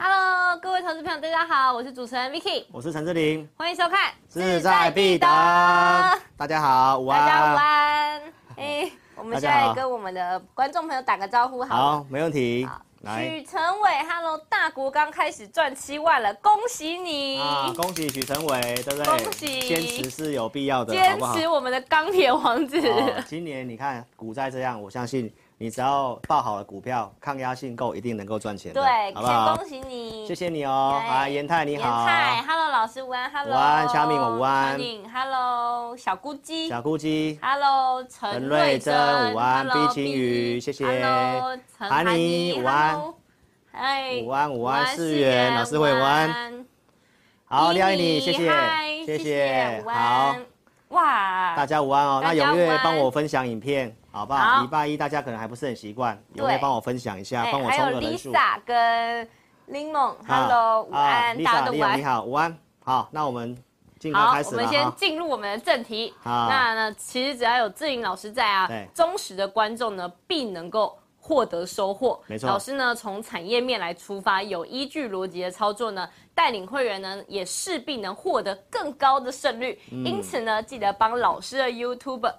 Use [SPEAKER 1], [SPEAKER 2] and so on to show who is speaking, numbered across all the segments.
[SPEAKER 1] Hello，各位投资朋友，大家好，我是主持人 Vicky，
[SPEAKER 2] 我是陈志玲，
[SPEAKER 1] 欢迎收看《
[SPEAKER 2] 志在必得。大家好，午安。
[SPEAKER 1] 大家午安。
[SPEAKER 2] 哦
[SPEAKER 1] 哎、我们现在跟我们的观众朋友打个招呼好了。
[SPEAKER 2] 好，没问题。来
[SPEAKER 1] 许成伟，Hello，大国刚开始赚七万了，恭喜你！
[SPEAKER 2] 啊，恭喜许成伟，对不对？
[SPEAKER 1] 恭喜
[SPEAKER 2] 坚持是有必要的，好
[SPEAKER 1] 坚
[SPEAKER 2] 不好？
[SPEAKER 1] 持我们的钢铁王子，
[SPEAKER 2] 哦今年你看股债这样，我相信你只要抱好了股票，抗压性够，一定能够赚钱的，
[SPEAKER 1] 对，
[SPEAKER 2] 好不好
[SPEAKER 1] 恭？喜你！
[SPEAKER 2] 谢谢你哦，
[SPEAKER 1] 对
[SPEAKER 2] 啊，严泰你
[SPEAKER 1] 严
[SPEAKER 2] 好，
[SPEAKER 1] 泰，Hello，老师，午安，Hello，
[SPEAKER 2] 午安佳敏我午安
[SPEAKER 1] ，Hello，小咕鸡，
[SPEAKER 2] 小姑鸡，
[SPEAKER 1] Hello，陈
[SPEAKER 2] 陈
[SPEAKER 1] 瑞
[SPEAKER 2] 瑞
[SPEAKER 1] 珍，
[SPEAKER 2] 珍午安
[SPEAKER 1] Hello，
[SPEAKER 2] 毕金宇
[SPEAKER 1] 毕
[SPEAKER 2] 谢谢
[SPEAKER 1] Hello，陈
[SPEAKER 2] 韩
[SPEAKER 1] 涵
[SPEAKER 2] 妮
[SPEAKER 1] 妮，
[SPEAKER 2] 午安
[SPEAKER 1] Hello，哎，
[SPEAKER 2] 午安午安世元老师会
[SPEAKER 1] 午
[SPEAKER 2] 午安。好，廖一
[SPEAKER 1] 妮
[SPEAKER 2] 你，谢谢
[SPEAKER 1] 嗨，
[SPEAKER 2] 谢
[SPEAKER 1] 谢
[SPEAKER 2] 谢，，
[SPEAKER 1] 午
[SPEAKER 2] 好
[SPEAKER 1] 安。哇，
[SPEAKER 2] 大家午安哦，那
[SPEAKER 1] 大家
[SPEAKER 2] 踊
[SPEAKER 1] 午
[SPEAKER 2] 跃
[SPEAKER 1] 安
[SPEAKER 2] 帮我分享影片，好不
[SPEAKER 1] 好
[SPEAKER 2] 好？礼拜一大家可能还不是很习惯，
[SPEAKER 1] 对
[SPEAKER 2] 踊跃帮我分享一下，
[SPEAKER 1] 哎
[SPEAKER 2] 帮我
[SPEAKER 1] 还
[SPEAKER 2] 冲
[SPEAKER 1] 有
[SPEAKER 2] 个人数。
[SPEAKER 1] Lisa 跟 Lemon，Hello，午
[SPEAKER 2] 啊
[SPEAKER 1] 安，大家
[SPEAKER 2] ，Lisa，
[SPEAKER 1] 都午
[SPEAKER 2] 李勇你
[SPEAKER 1] 安。
[SPEAKER 2] 好，午安。好，那我们尽快
[SPEAKER 1] 好
[SPEAKER 2] 开，始
[SPEAKER 1] 我
[SPEAKER 2] 了
[SPEAKER 1] 们先
[SPEAKER 2] 哈。
[SPEAKER 1] 进入我们的正题。
[SPEAKER 2] 好
[SPEAKER 1] 那呢，其实只要有志颖老师在啊
[SPEAKER 2] 对，
[SPEAKER 1] 忠实的观众呢必能够获得收获。
[SPEAKER 2] 没错
[SPEAKER 1] 老师呢从产业面来出发，有依据逻辑的操作呢，带领会员呢也势必能获得更高的胜率。
[SPEAKER 2] 嗯
[SPEAKER 1] 因此呢，记得帮老师的 YouTube。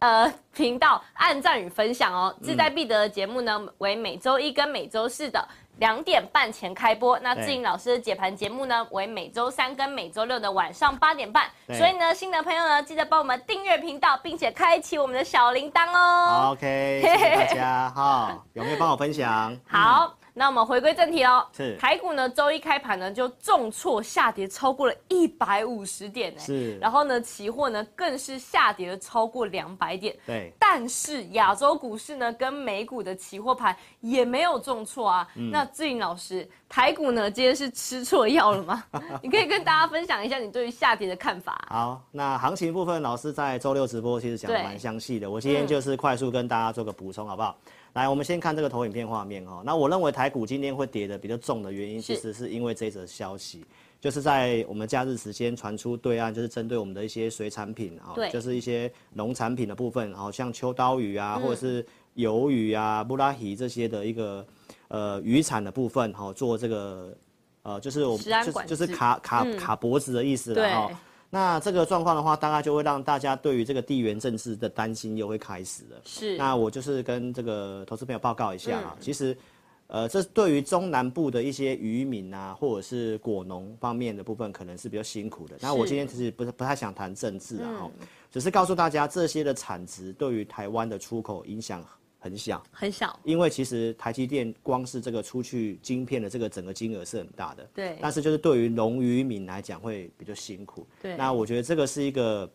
[SPEAKER 1] 呃，频道按赞与分享
[SPEAKER 2] 嗯
[SPEAKER 1] 哦。志在必得的节目呢，为每周一跟每周四的两点半前开播。那
[SPEAKER 2] 对
[SPEAKER 1] 志颖老师的解盘节目呢，为每周三跟每周六的晚上八点半。
[SPEAKER 2] 对
[SPEAKER 1] 所以呢，新的朋友呢，记得帮我们订阅频道，并且开启我们的小铃铛哦。
[SPEAKER 2] OK，谢谢大家 哈，踊跃帮我分享。
[SPEAKER 1] 好，那我们回归正题喽。
[SPEAKER 2] 是
[SPEAKER 1] 台股呢，周一开盘呢就重挫下跌超过了一百五十点呢、欸
[SPEAKER 2] 是
[SPEAKER 1] 然后呢，期货呢更是下跌了超过两百点。
[SPEAKER 2] 对，
[SPEAKER 1] 但是亚洲股市呢，跟美股的期货盘也没有重挫啊。
[SPEAKER 2] 嗯
[SPEAKER 1] 那志颖老师，台股呢今天是吃错药了吗？ 你可以跟大家分享一下你对于下跌的看法啊、
[SPEAKER 2] 好，那行情部分，老师在周六直播其实讲的
[SPEAKER 1] 对嗯
[SPEAKER 2] 蛮详细的，我今天就是快速跟大家做个补充，好不好？来，我们先看这个投影片画面哦。那我认为台股今天会跌的比较重的原因，
[SPEAKER 1] 是
[SPEAKER 2] 其实是因为这则消息，就是在我们假日时间传出对岸就是针对我们的一些水产品啊、
[SPEAKER 1] 对
[SPEAKER 2] 就是一些农产品的部分，好、像秋刀鱼啊，
[SPEAKER 1] 嗯
[SPEAKER 2] 或者是鱿鱼啊、布拉提这些的一个呃渔产的部分，好、做这个呃就是我们
[SPEAKER 1] 食安
[SPEAKER 2] 就是
[SPEAKER 1] 管
[SPEAKER 2] 就是
[SPEAKER 1] 制嗯
[SPEAKER 2] 卡卡、卡脖子的意思了
[SPEAKER 1] 对
[SPEAKER 2] 哈、哦。那这个状况的话，大概就会让大家对于这个地缘政治的担心又会开始了。
[SPEAKER 1] 是
[SPEAKER 2] 那我就是跟这个投资朋友报告一下啊，其实，呃，这对于中南部的一些渔民啊，或者是果农方面的部分，可能是比较辛苦的。那我今天其实不是不太想谈政治啊，哈、只是告诉大家这些的产值对于台湾的出口影响很小。
[SPEAKER 1] 很小，
[SPEAKER 2] 因为其实台积电光是这个出去晶片的这个整个金额是很大的，
[SPEAKER 1] 对
[SPEAKER 2] 但是就是对于农渔民来讲会比较辛苦，
[SPEAKER 1] 对
[SPEAKER 2] 那我觉得这个是一个，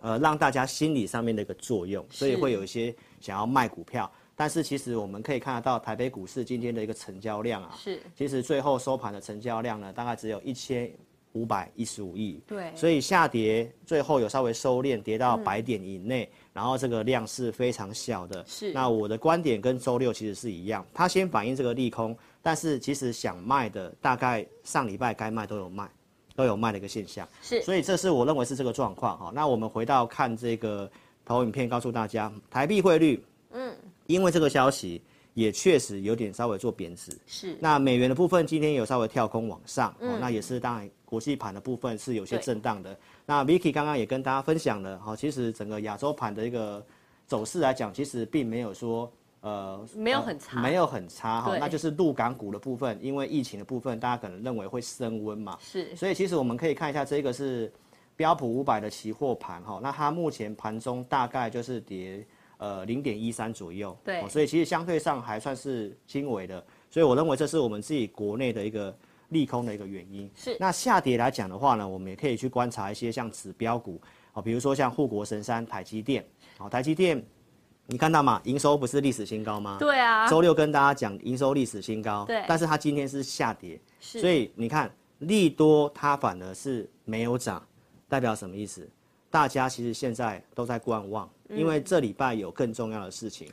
[SPEAKER 2] 呃，让大家心理上面的一个作用，所以
[SPEAKER 1] 是
[SPEAKER 2] 会有一些想要卖股票，但是其实我们可以看得到台北股市今天的一个成交量啊，
[SPEAKER 1] 是
[SPEAKER 2] 其实最后收盘的成交量呢，大概只有一千五百一十五亿，
[SPEAKER 1] 对嗯
[SPEAKER 2] 所以下跌最后有稍微收敛，跌到百点以内，然后这个量是非常小的。
[SPEAKER 1] 是
[SPEAKER 2] 那我的观点跟周六其实是一样，它先反映这个利空，但是其实想卖的大概上礼拜该卖都有卖，都有卖的一个现象。
[SPEAKER 1] 是
[SPEAKER 2] 所以这是我认为是这个状况哈。那我们回到看这个投影片，告诉大家台币汇率，嗯，因为这个消息也确实有点稍微做贬值。
[SPEAKER 1] 是
[SPEAKER 2] 那美元的部分今天有稍微跳空往上，哦，那也是当然国际盘的部分是有些
[SPEAKER 1] 嗯对
[SPEAKER 2] 震荡的。那 Vicky 刚刚也跟大家分享了，哦，其实整个亚洲盘的一个走势来讲，其实并没有说。呃，
[SPEAKER 1] 没有很差
[SPEAKER 2] 呃没有很差哈
[SPEAKER 1] 对，
[SPEAKER 2] 那就是陆港股的部分，因为疫情的部分，大家可能认为会升温嘛，
[SPEAKER 1] 是
[SPEAKER 2] 所以其实我们可以看一下，这个是标普五百的期货盘哈，那它目前盘中大概就是跌呃零点一三左右，
[SPEAKER 1] 对
[SPEAKER 2] 哦所以其实相对上还算是轻微的，所以我认为这是我们自己国内的一个利空的一个原因。
[SPEAKER 1] 是
[SPEAKER 2] 那下跌来讲的话呢，我们也可以去观察一些像指标股，哦，比如说像护国神山、台积电，哦，台积电。你看到嘛？营收不是历史新高吗？
[SPEAKER 1] 对啊，
[SPEAKER 2] 周六跟大家讲营收历史新高，
[SPEAKER 1] 对
[SPEAKER 2] 但是它今天是下跌，
[SPEAKER 1] 是
[SPEAKER 2] 所以你看利多它反而是没有涨，代表什么意思？大家其实现在都在观望，
[SPEAKER 1] 嗯
[SPEAKER 2] 因为这礼拜有更重要的事情，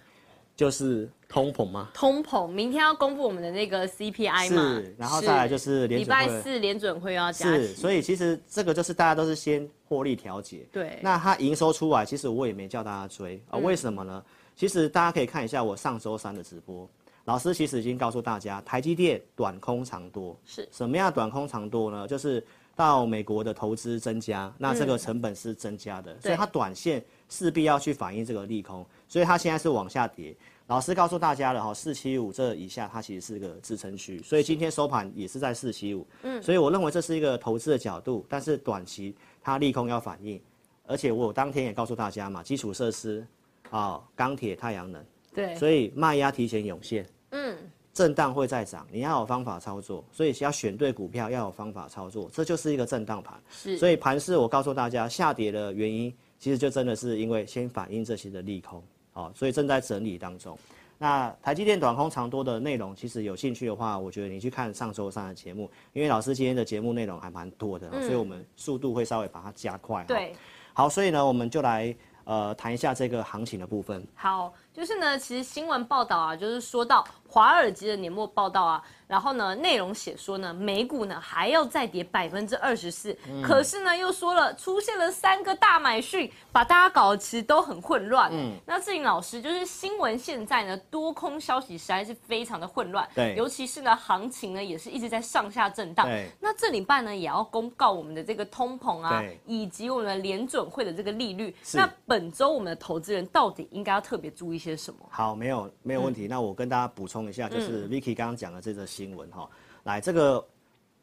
[SPEAKER 2] 就是通膨嘛，
[SPEAKER 1] 通膨，明天要公布我们的那个 CPI 嘛，
[SPEAKER 2] 是，然后再来就是是联
[SPEAKER 1] 礼
[SPEAKER 2] 准
[SPEAKER 1] 拜
[SPEAKER 2] 会，
[SPEAKER 1] 四联准会又要加
[SPEAKER 2] 是，
[SPEAKER 1] 息，
[SPEAKER 2] 所以其实这个就是大家都是先获利调节，
[SPEAKER 1] 对，嗯
[SPEAKER 2] 那它营收出来，其实我也没叫大家追啊、为什么呢？其实大家可以看一下我上周三的直播，老师其实已经告诉大家，台积电短空长多
[SPEAKER 1] 是
[SPEAKER 2] 什么样的短空长多呢？就是到美国的投资增加，那
[SPEAKER 1] 嗯
[SPEAKER 2] 这个成本是增加的，所以它短线势必要去反映这个利空，所以它现在是往下跌。老师告诉大家了哈，四七五这以下它其实是个支撑区，所以今天收盘也是在四七五，嗯，所以我认为这是一个投资的角度，但是短期它利空要反应，而且我当天也告诉大家嘛，基础设施啊、钢铁、太阳能，
[SPEAKER 1] 对，
[SPEAKER 2] 所以卖压提前涌现，
[SPEAKER 1] 嗯，
[SPEAKER 2] 震荡会再涨，你要有方法操作，所以要选对股票，要有方法操作，这就是一个震荡盘。
[SPEAKER 1] 是，
[SPEAKER 2] 所以盘市我告诉大家，下跌的原因其实就真的是因为先反映这些的利空，哦，所以正在整理当中。那台积电短空长多的内容，其实有兴趣的话，我觉得你去看上周三的节目，因为老师今天的节目内容还蛮多的，
[SPEAKER 1] 嗯
[SPEAKER 2] 哦所以我们速度会稍微把它加快。哦
[SPEAKER 1] 对，
[SPEAKER 2] 好，所以呢，我们就来呃谈一下这个行情的部分。
[SPEAKER 1] 好，就是呢，其实新闻报道啊，就是说到华尔街的年末报道啊，然后呢，内容写说呢，美股呢还要再跌百分之二十四，
[SPEAKER 2] 嗯
[SPEAKER 1] 可是呢又说了出现了三个大买讯，把大家搞得其实都很混乱。嗯，那志颖老师就是新闻现在呢多空消息实在是非常的混乱，
[SPEAKER 2] 对
[SPEAKER 1] 尤其是呢行情呢也是一直在上下震荡。
[SPEAKER 2] 对
[SPEAKER 1] 那这礼拜呢也要公告我们的这个通膨啊
[SPEAKER 2] 对，
[SPEAKER 1] 以及我们的联准会的这个利率。
[SPEAKER 2] 是
[SPEAKER 1] 那本周我们的投资人到底应该要特别注意些什么？
[SPEAKER 2] 好，没有没有问
[SPEAKER 1] 嗯
[SPEAKER 2] 题。那我跟大家补充一下，就是 Vicky 刚刚讲的这则新闻哈、来这个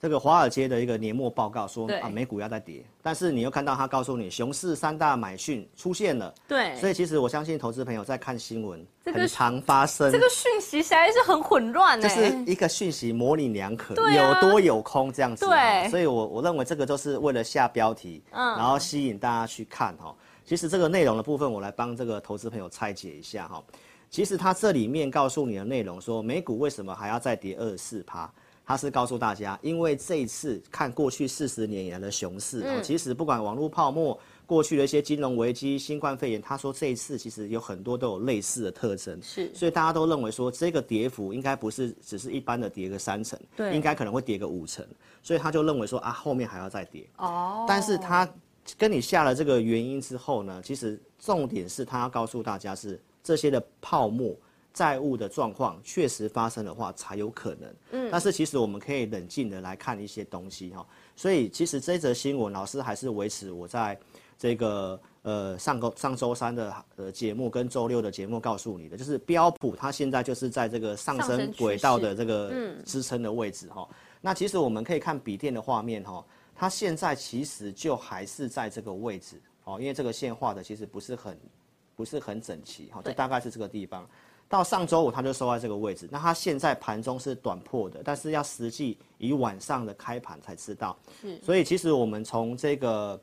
[SPEAKER 2] 这个华尔街的一个年末报告说
[SPEAKER 1] 对
[SPEAKER 2] 啊，美股要再跌，但是你又看到他告诉你熊市三大买讯出现了，
[SPEAKER 1] 对
[SPEAKER 2] 所以其实我相信投资朋友在看新闻，
[SPEAKER 1] 这个
[SPEAKER 2] 很常发生。
[SPEAKER 1] 这个讯息实在是很混乱
[SPEAKER 2] 就
[SPEAKER 1] 哎、
[SPEAKER 2] 是一个讯息模棱两可，
[SPEAKER 1] 对啊
[SPEAKER 2] 有多有空这样子。
[SPEAKER 1] 对嗯
[SPEAKER 2] 哦所以我我认为这个就是为了下标题，然后吸引大家去看哈、哦。其实这个内容的部分，我来帮这个投资朋友拆解一下哈、哦。其实它这里面告诉你的内容说，美股为什么还要再跌二十四趴？它是告诉大家，因为这一次看过去四十年以来的熊市、
[SPEAKER 1] 嗯
[SPEAKER 2] 哦，其实不管网络泡沫、过去的一些金融危机、新冠肺炎，他说这一次其实有很多都有类似的特征，
[SPEAKER 1] 是
[SPEAKER 2] 所以大家都认为说这个跌幅应该不是只是一般的跌个三成，
[SPEAKER 1] 对
[SPEAKER 2] 应该可能会跌个五成，所以他就认为说啊后面还要再跌，
[SPEAKER 1] 哦，
[SPEAKER 2] 但是他跟你下了这个原因之后呢，其实重点是他要告诉大家是这些的泡沫债务的状况确实发生的话才有可能。嗯，但是其实我们可以冷静的来看一些东西哈、所以其实这则新闻老师还是维持我在这个呃上个上周三的呃节目跟周六的节目告诉你的，就是标普它现在就是在这个上
[SPEAKER 1] 上
[SPEAKER 2] 升
[SPEAKER 1] 升趋
[SPEAKER 2] 轨道
[SPEAKER 1] 势嗯
[SPEAKER 2] 的这个支撑的位置哈、那其实我们可以看笔电的画面哈、它现在其实就还是在这个位置哦，因为这个线画的其实不是很不是很整齐哈、哦，就
[SPEAKER 1] 对
[SPEAKER 2] 大概是这个地方。到上周五它就收在这个位置，那它现在盘中是短破的，但是要实际以晚上的开盘才知道。是，所以其实我们从这个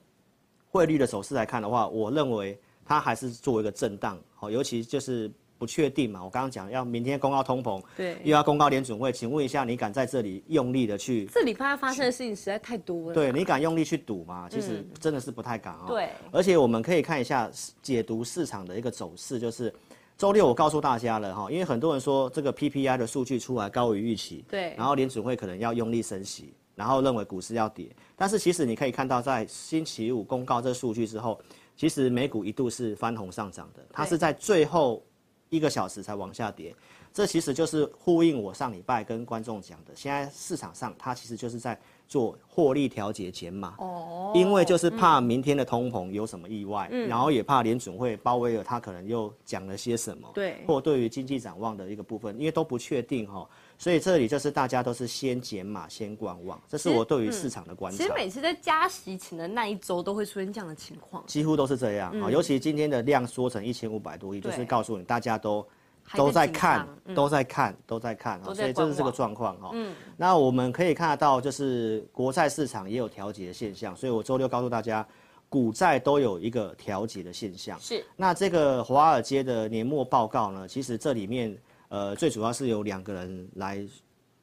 [SPEAKER 2] 汇率的走势来看的话，我认为它还是作为一个震荡，好、尤其就是不确定嘛。我刚刚讲要明天公告通膨，
[SPEAKER 1] 对
[SPEAKER 2] 又要公告联准会，请问一下，你敢在这里用力的去
[SPEAKER 1] 这礼拜发生的事情实在太多了。
[SPEAKER 2] 对你敢用力去赌吗？其实真的是不太敢哦。
[SPEAKER 1] 对
[SPEAKER 2] 而且我们可以看一下解读市场的一个走势，就是周六我告诉大家了哈，因为很多人说这个 PPI 的数据出来高于预期，
[SPEAKER 1] 对
[SPEAKER 2] 然后联准会可能要用力升息，然后认为股市要跌，但是其实你可以看到，在星期五公告这数据之后，其实美股一度是翻红上涨的，它
[SPEAKER 1] 对
[SPEAKER 2] 是在最后一个小时才往下跌。这其实就是呼应我上礼拜跟观众讲的，现在市场上它其实就是在做获利调节减码，
[SPEAKER 1] 哦，嗯
[SPEAKER 2] 因为就是怕明天的通膨有什么意外，然后也怕联准会鲍威尔他可能又讲了些什么，
[SPEAKER 1] 对
[SPEAKER 2] 或对于经济展望的一个部分，因为都不确定哈、所以这里就是大家都是先减码先观望，这是我对于市场的观察。
[SPEAKER 1] 嗯其实每次在加息前的那一周都会出现这样的情况，
[SPEAKER 2] 几乎都是这样啊、尤其今天的量缩成一千五百多亿，就是
[SPEAKER 1] 嗯对
[SPEAKER 2] 告诉你大家都
[SPEAKER 1] 还
[SPEAKER 2] 都在
[SPEAKER 1] 紧
[SPEAKER 2] 看
[SPEAKER 1] 张，嗯
[SPEAKER 2] 都在看，都在看哈，
[SPEAKER 1] 都在
[SPEAKER 2] 所以这是
[SPEAKER 1] 观
[SPEAKER 2] 这个
[SPEAKER 1] 望嗯
[SPEAKER 2] 状况哈。那我们可以看得到，就是国债市场也有调节的现象，所以我周六告诉大家，股债都有一个调节的现象。
[SPEAKER 1] 是
[SPEAKER 2] 那这个华尔街的年末报告呢，其实这里面呃最主要是有两个人来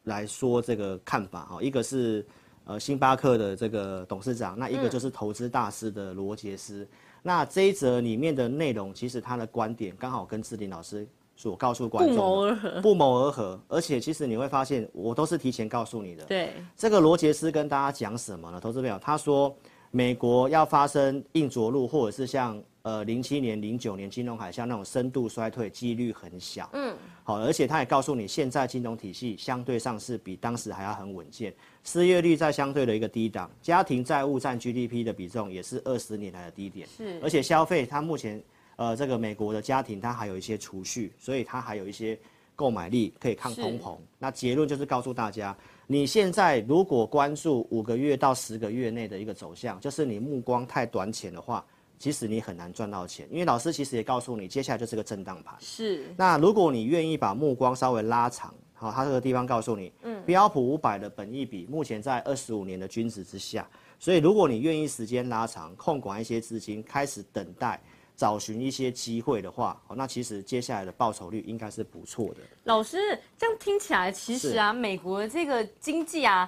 [SPEAKER 2] 来说这个看法哈，一个是呃星巴克的这个董事长，那一个
[SPEAKER 1] 嗯
[SPEAKER 2] 就是投资大师的罗杰斯。那这一则里面的内容，其实他的观点刚好跟志玲老师所告诉观
[SPEAKER 1] 不
[SPEAKER 2] 众的
[SPEAKER 1] 谋而合。
[SPEAKER 2] 不谋而合，而且其实你会发现，我都是提前告诉你的。
[SPEAKER 1] 对，
[SPEAKER 2] 这个罗杰斯跟大家讲什么呢？投资朋友，他说美国要发生硬着陆，或者是像呃零七年、零九年金融海啸那种深度衰退，几率很小。嗯，好，而且他也告诉你，现在金融体系相对上是比当时还要很稳健，失业率在相对的一个低档，家庭债务占 GDP 的比重也是二十年来的低点。
[SPEAKER 1] 是
[SPEAKER 2] 而且消费，它目前呃这个美国的家庭它还有一些储蓄，所以它还有一些购买力可以抗通膨。那结论就是告诉大家，你现在如果关注五个月到十个月内的一个走向，就是你目光太短浅的话，其实你很难赚到钱。因为老师其实也告诉你，接下来就是个震荡盘。
[SPEAKER 1] 是
[SPEAKER 2] 那如果你愿意把目光稍微拉长，好，它这个地方告诉你，嗯，标普五百的本益比目前在二十五年的均值之下，所以如果你愿意时间拉长，控管一些资金，开始等待。找寻一些机会的话，哦，那其实接下来的报酬率应该是不错的。
[SPEAKER 1] 老师这样听起来，其实啊，美国的这个经济啊，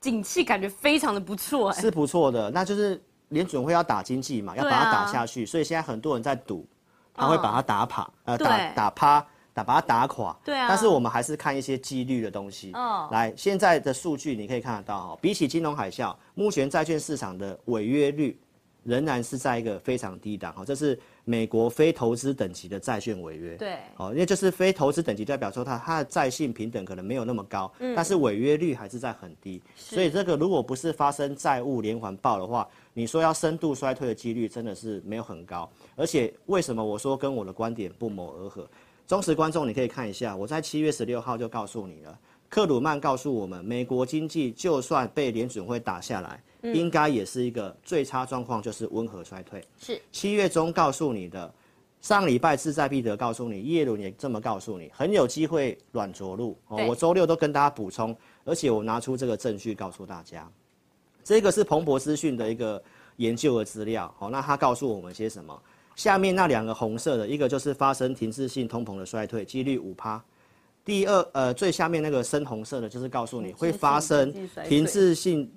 [SPEAKER 1] 景气感觉非常的不错哎、
[SPEAKER 2] 是不错的。那就是联准会要打经济嘛，要把
[SPEAKER 1] 对啊嗯
[SPEAKER 2] 它打下去，所以现在很多人在赌，他会把它打趴，呃，
[SPEAKER 1] 对
[SPEAKER 2] 打打趴。打把它打垮，
[SPEAKER 1] 对啊
[SPEAKER 2] 但是我们还是看一些几率的东西。
[SPEAKER 1] 嗯
[SPEAKER 2] 来，现在的数据你可以看得到哈，比起金融海啸，目前债券市场的违约率仍然是在一个非常低档哈，这是美国非投资等级的债券违约。
[SPEAKER 1] 对
[SPEAKER 2] 哦，因为就是非投资等级代表说它它的债性平等可能没有那么高，但是违约率还是在很低，所以这个如果不是发生债务连环爆的话，你说要深度衰退的几率真的是没有很高。而且为什么我说跟我的观点不谋而合？忠实观众你可以看一下，我在七月十六号就告诉你了，克鲁曼告诉我们，美国经济就算被联准会打下来，应该也是一个最差状况就是温和衰退。
[SPEAKER 1] 是
[SPEAKER 2] 七月中告诉你的，上礼拜志在必得告诉你，耶伦也这么告诉你，很有机会软着陆。哦
[SPEAKER 1] 对，
[SPEAKER 2] 我周六都跟大家补充，而且我拿出这个证据告诉大家，这个是彭博资讯的一个研究的资料。哦，那他告诉我们些什么？下面那两个红色的，一个就是发生停滞性通膨的衰退，几率五趴。第二，呃，最下面那个深红色的，就是告诉你会发生
[SPEAKER 1] 停滞性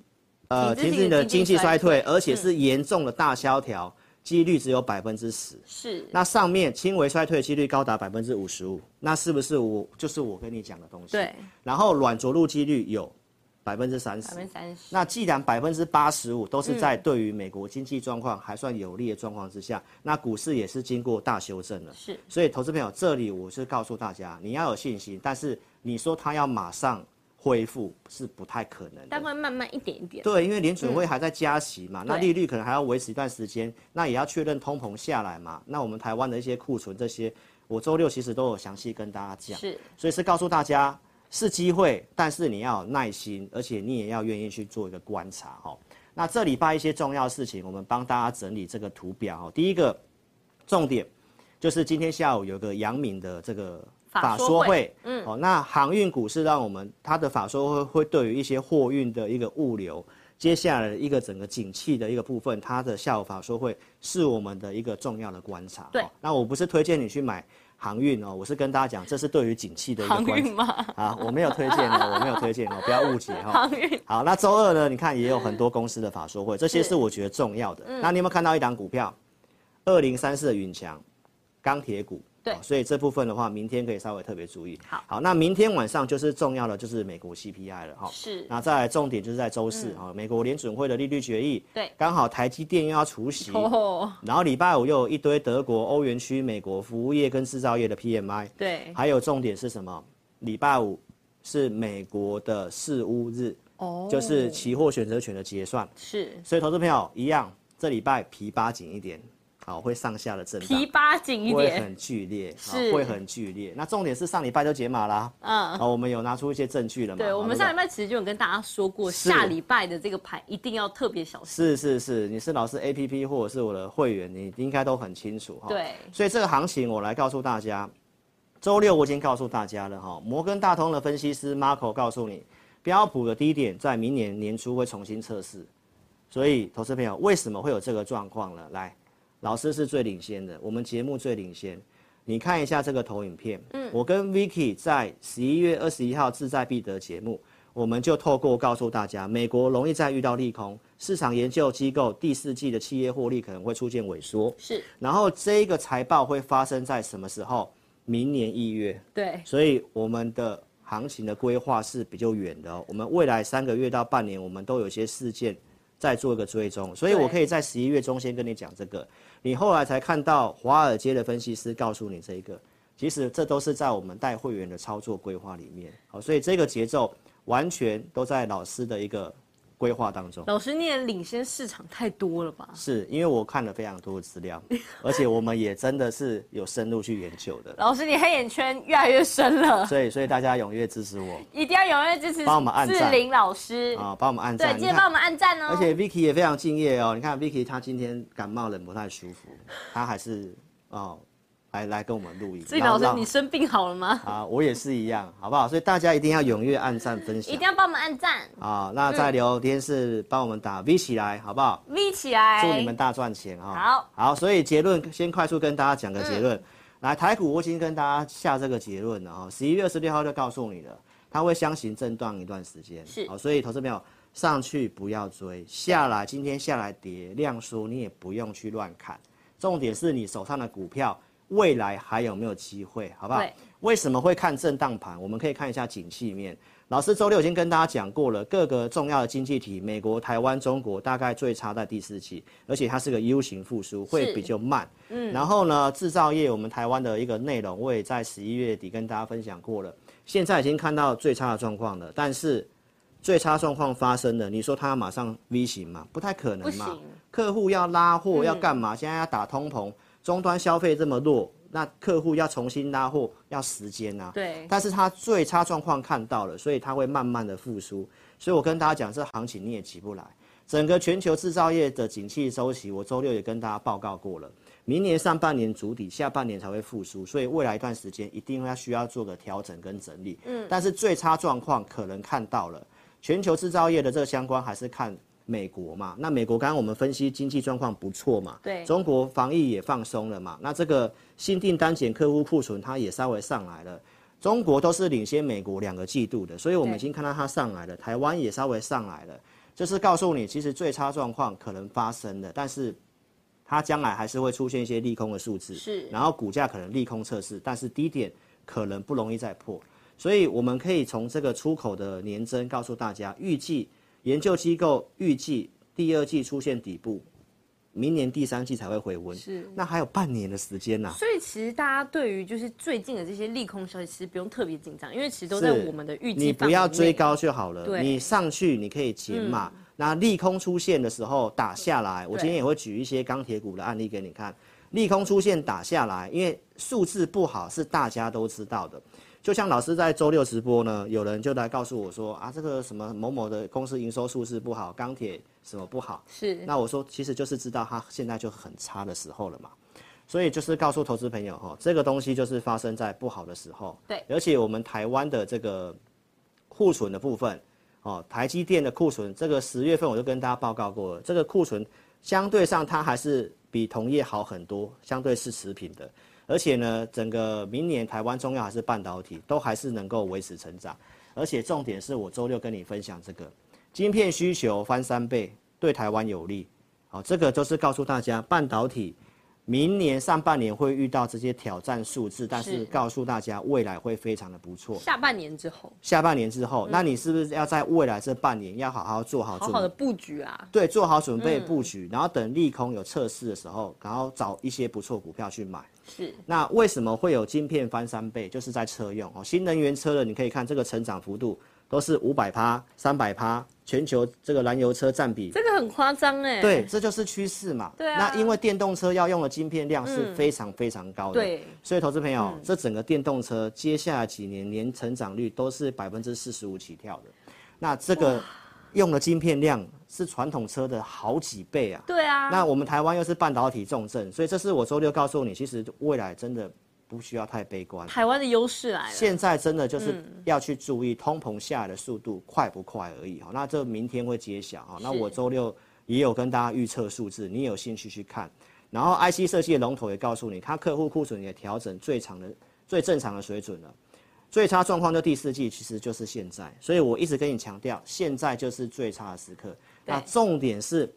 [SPEAKER 1] 经济衰退
[SPEAKER 2] 停滞性，呃，
[SPEAKER 1] 停
[SPEAKER 2] 停
[SPEAKER 1] 滞性的
[SPEAKER 2] 滞性的经
[SPEAKER 1] 经
[SPEAKER 2] 济衰
[SPEAKER 1] 济衰退嗯
[SPEAKER 2] 退，而且是严重的大萧条，几率只有百分之十。
[SPEAKER 1] 是，
[SPEAKER 2] 那上面轻微衰退几率高达百分之五十五，那是不是我就是我跟你讲的东西？
[SPEAKER 1] 对。，
[SPEAKER 2] 然后软着陆几率有百分之三十
[SPEAKER 1] 百，分之三十。嗯
[SPEAKER 2] 那既然百分之八十五都是在对于美国经济状况还算有利的状况之下，那股市也是经过大修正了。
[SPEAKER 1] 是
[SPEAKER 2] 所以投资朋友，这里我是告诉大家，你要有信心，但是你说它要马上恢复是不太可能的。
[SPEAKER 1] 但会慢慢一点一点。嗯
[SPEAKER 2] 对，因为联准会还在加息嘛，那
[SPEAKER 1] 对
[SPEAKER 2] 利率可能还要维持一段时间，那也要确认通膨下来嘛。那我们台湾的一些库存这些，我周六其实都有详细跟大家讲，
[SPEAKER 1] 是
[SPEAKER 2] 所以是告诉大家是机会，但是你要有耐心，而且你也要愿意去做一个观察哈、哦。那这礼拜一些重要的事情，我们帮大家整理这个图表哦。第一个重点就是今天下午有个阳明的这个
[SPEAKER 1] 法
[SPEAKER 2] 法
[SPEAKER 1] 说会
[SPEAKER 2] 说会，嗯，哦，那航运股是让我们它的法说会会对于一些货运的一个物流，接下来的一个整个景气的一个部分，它的下午法说会是我们的一个重要的观察。
[SPEAKER 1] 对
[SPEAKER 2] 哦那我不是推荐你去买航运哦，我是跟大家讲，这是对于景气的一个
[SPEAKER 1] 航
[SPEAKER 2] 观
[SPEAKER 1] 运
[SPEAKER 2] 察
[SPEAKER 1] 吗？
[SPEAKER 2] 啊，我没有推荐 哦，我没有推荐哦，不要误解哈、
[SPEAKER 1] 航运
[SPEAKER 2] 好，那周二呢？你看也有很多公司的法说会，这些
[SPEAKER 1] 是嗯
[SPEAKER 2] 是我觉得重要的。那你有没有看到一档股票？二零三四的云强，钢铁股。
[SPEAKER 1] 对
[SPEAKER 2] 哦所以这部分的话，明天可以稍微特别注意。
[SPEAKER 1] 好
[SPEAKER 2] 好，那明天晚上就是重要的，就是美国 CPI 了哦哈。
[SPEAKER 1] 是嗯
[SPEAKER 2] 那再来重点就是在周四啊、哦美国联准会的利率决议，
[SPEAKER 1] 对
[SPEAKER 2] 刚好台积电又要除息，
[SPEAKER 1] 哦，
[SPEAKER 2] 然后礼拜五又有一堆德国、欧元区、美国服务业跟制造业的 PMI，
[SPEAKER 1] 对
[SPEAKER 2] 还有重点是什么？礼拜五是美国的四乌日，
[SPEAKER 1] 哦
[SPEAKER 2] 就是期货选择权的结算。
[SPEAKER 1] 是
[SPEAKER 2] 所以投资朋友一样，这礼拜皮扒紧一点，好会上下的震
[SPEAKER 1] 皮
[SPEAKER 2] 荡。
[SPEAKER 1] 扒紧一
[SPEAKER 2] 会
[SPEAKER 1] 点，
[SPEAKER 2] 很剧 烈，好
[SPEAKER 1] 是
[SPEAKER 2] 会很剧烈。那重点是上礼拜就解码啦，
[SPEAKER 1] 嗯。
[SPEAKER 2] 啊，我们有拿出一些证据了嘛？
[SPEAKER 1] 对，我们
[SPEAKER 2] 好
[SPEAKER 1] 上礼拜其实就有跟大家说过，
[SPEAKER 2] 是
[SPEAKER 1] 下礼拜的这个盘一定要特别小心。
[SPEAKER 2] 是是是，你是老师 A P P 或者是我的会员，你应该都很清楚哈。
[SPEAKER 1] 对
[SPEAKER 2] 所以这个行情我来告诉大家，周六我已经告诉大家了哈。摩根大通的分析师 Marco 告诉你，标普的低点在明年年初会重新测试，所以投资朋友为什么会有这个状况呢？来，老师是最领先的，我们节目最领先。你看一下这个投影片，嗯，我跟 Vicky 在十一月二十一号志在必得节目，我们就透过告诉大家，美国容易再遇到利空，市场研究机构第四季的企业获利可能会出现萎缩，
[SPEAKER 1] 是，
[SPEAKER 2] 然后这个财报会发生在什么时候？明年一月，
[SPEAKER 1] 对，
[SPEAKER 2] 所以我们的行情的规划是比较远的、哦。我们未来三个月到半年，我们都有一些事件在做一个追踪，所以
[SPEAKER 1] 对
[SPEAKER 2] 我可以在十一月中先跟你讲这个，你后来才看到华尔街的分析师告诉你这一个。其实这都是在我们带会员的操作规划里面，好，所以这个节奏完全都在老师的一个规划当中。
[SPEAKER 1] 老师，你也领先市场太多了吧？
[SPEAKER 2] 是因为我看了非常多的资料， 而且我们也真的是有深入去研究的，
[SPEAKER 1] 老师，你黑眼圈越来越深了，
[SPEAKER 2] 所以所以大家踊跃支持我
[SPEAKER 1] 一定要踊跃支持
[SPEAKER 2] 帮我们按
[SPEAKER 1] 志
[SPEAKER 2] 赞
[SPEAKER 1] 玲老师。
[SPEAKER 2] 啊，帮我们按
[SPEAKER 1] 对，
[SPEAKER 2] 赞。
[SPEAKER 1] 记
[SPEAKER 2] 你
[SPEAKER 1] 得帮我
[SPEAKER 2] 看，
[SPEAKER 1] 们按赞哦。
[SPEAKER 2] 而且 Vicky 也非常敬业哦，你看 Vicky 她今天感冒冷不太舒服，她还是哦来来跟我们录音。
[SPEAKER 1] 志玲
[SPEAKER 2] 让
[SPEAKER 1] 老师，
[SPEAKER 2] 让
[SPEAKER 1] 你生病好了吗？
[SPEAKER 2] 啊，我也是一样，好不好？所以大家一定要踊跃按赞分
[SPEAKER 1] 一
[SPEAKER 2] 享
[SPEAKER 1] 定要帮嗯我们按赞
[SPEAKER 2] 啊。那在聊天室帮我们打 V 起来，好不好？
[SPEAKER 1] ，V 起来。
[SPEAKER 2] 祝你们大赚钱哈、
[SPEAKER 1] 好，嗯
[SPEAKER 2] 好，所以结论先快速跟大家讲个结论。来，台股我已经跟大家下这个结论了哈、哦，十一月二十六号就告诉你了，它会相形震荡一段时间。
[SPEAKER 1] 是
[SPEAKER 2] 好，所以投资朋友上去不要追，下来今天下来跌量缩，你也不用去乱砍。重点是你手上的股票未来还有没有机会，好不好
[SPEAKER 1] 对？
[SPEAKER 2] 为什么会看震荡盘？我们可以看一下景气面。老师周六已经跟大家讲过了，各个重要的经济体，美国、台湾、中国大概最差在第四期，而且它是个 U 型复苏，会比较慢。嗯，然后呢，制造业我们台湾的一个内容，我也在十一月底跟大家分享过了，现在已经看到最差的状况了，但是最差状况发生了，你说它马上 V 型嘛？不太可能
[SPEAKER 1] 不
[SPEAKER 2] 嘛
[SPEAKER 1] 行。
[SPEAKER 2] 客户要拉货要干嘛？现在要打通膨，终端消费这么弱，那客户要重新拉货要时间啊。
[SPEAKER 1] 对，
[SPEAKER 2] 但是它最差状况看到了，所以它会慢慢的复苏。所以我跟大家讲，这行情你也起不来。整个全球制造业的景气周期，我周六也跟大家报告过了，明年上半年主体，下半年才会复苏，所以未来一段时间一定要需要做个调整跟整理。嗯，但是最差状况可能看到了，全球制造业的这个相关还是看美国嘛。那美国刚刚我们分析经济状况不错嘛，
[SPEAKER 1] 对
[SPEAKER 2] 中国防疫也放松了嘛，那这个新订单减客户库存它也稍微上来了。中国都是领先美国两个季度的，所以我们
[SPEAKER 1] 对
[SPEAKER 2] 已经看到它上来了，台湾也稍微上来了。这是告诉你，其实最差状况可能发生的，但是它将来还是会出现一些利空的数字，
[SPEAKER 1] 是
[SPEAKER 2] 然后股价可能利空测试，但是低点可能不容易再破，所以我们可以从这个出口的年增告诉大家，预计研究机构预计第二季出现底部，明年第三季才会回温，
[SPEAKER 1] 是
[SPEAKER 2] 那还有半年的时间呐、
[SPEAKER 1] 所以其实大家对于就是最近的这些利空消息，其实不用特别紧张，因为其实都在
[SPEAKER 2] 是
[SPEAKER 1] 我们的预
[SPEAKER 2] 你
[SPEAKER 1] 计范
[SPEAKER 2] 不
[SPEAKER 1] 围内。
[SPEAKER 2] 要追高就好了。
[SPEAKER 1] 对嗯
[SPEAKER 2] 你上去你可以解码，那利空出现的时候打下来。我今天也会举一些钢铁股的案例给你看，利空出现打下来，因为数字不好是大家都知道的。就像老师在周六直播呢，有人就来告诉我说啊，这个什么某某的公司营收数字不好，钢铁什么不好，
[SPEAKER 1] 是
[SPEAKER 2] 那我说，其实就是知道它现在就很差的时候了嘛，所以就是告诉投资朋友哈、哦，这个东西就是发生在不好的时候。
[SPEAKER 1] 对
[SPEAKER 2] 而且我们台湾的这个库存的部分，哦，台积电的库存，这个十月份我就跟大家报告过了，这个库存相对上它还是比同业好很多，相对是持平的。而且呢，整个明年台湾中药还是半导体都还是能够维持成长，而且重点是我周六跟你分享这个，晶片需求翻三倍，对台湾有利。好，这个就是告诉大家，半导体明年上半年会遇到这些挑战数字，但
[SPEAKER 1] 是
[SPEAKER 2] 是告诉大家未来会非常的不错。
[SPEAKER 1] 下半年之后，
[SPEAKER 2] 下半年之后，那你是不是要在未来这半年要好好做好
[SPEAKER 1] 好
[SPEAKER 2] 准
[SPEAKER 1] 嗯好的
[SPEAKER 2] 备？
[SPEAKER 1] 布局啊。
[SPEAKER 2] 对，做好准备布局，然后等利空有测试的时候，然后找一些不错股票去买。
[SPEAKER 1] 是
[SPEAKER 2] 那为什么会有晶片翻三倍？就是在车用哦，新能源车的，你可以看这个成长幅度都是五百趴、三百趴、全球这个燃油车占比
[SPEAKER 1] 这个很夸张哎。
[SPEAKER 2] 对，这就是趋势嘛。
[SPEAKER 1] 对啊嗯
[SPEAKER 2] 那因为电动车要用的晶片量是非常非常高的，
[SPEAKER 1] 对嗯
[SPEAKER 2] 所以投资朋友，这整个电动车接下来几年年成长率都是百分之四十五起跳的，那这个用的晶片量是传统车的好几倍啊。
[SPEAKER 1] 对啊，
[SPEAKER 2] 那我们台湾又是半导体重镇，所以这是我周六告诉你，其实未来真的不需要太悲观。
[SPEAKER 1] 台湾的优势来了。
[SPEAKER 2] 现在真的
[SPEAKER 1] 嗯
[SPEAKER 2] 就是要去注意通膨下来的速度快不快而已哈。那这明天会揭晓哈。那我周六也有跟大家预测数字，你有兴趣去看。然后 IC 设计的龙头也告诉你，它客户库存也调整最长的、最正常的水准了。最差状况就第四季，其实就是现在。所以我一直跟你强调，现在就是最差的时刻。那重点是，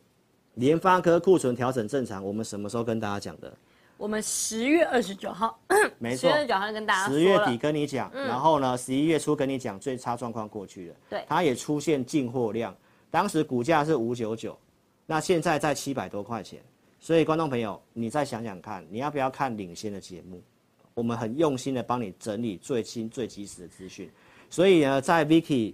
[SPEAKER 2] 联发科库存调整正常，我们什么时候跟大家讲的？
[SPEAKER 1] 我们十月二十九号，
[SPEAKER 2] 没
[SPEAKER 1] 十
[SPEAKER 2] 错
[SPEAKER 1] 月，二十九号就跟大啊家说
[SPEAKER 2] 十月
[SPEAKER 1] 了嗯
[SPEAKER 2] 底跟你讲，然后呢，十一月初跟你讲最差状况过去了，
[SPEAKER 1] 对
[SPEAKER 2] 它也出现进货量，当时股价是五九九，那现在在七百多块钱，所以观众朋友，你再想想看，你要不要看领先的节目？我们很用心的帮你整理最新最及时的资讯，所以呢，在 Vicky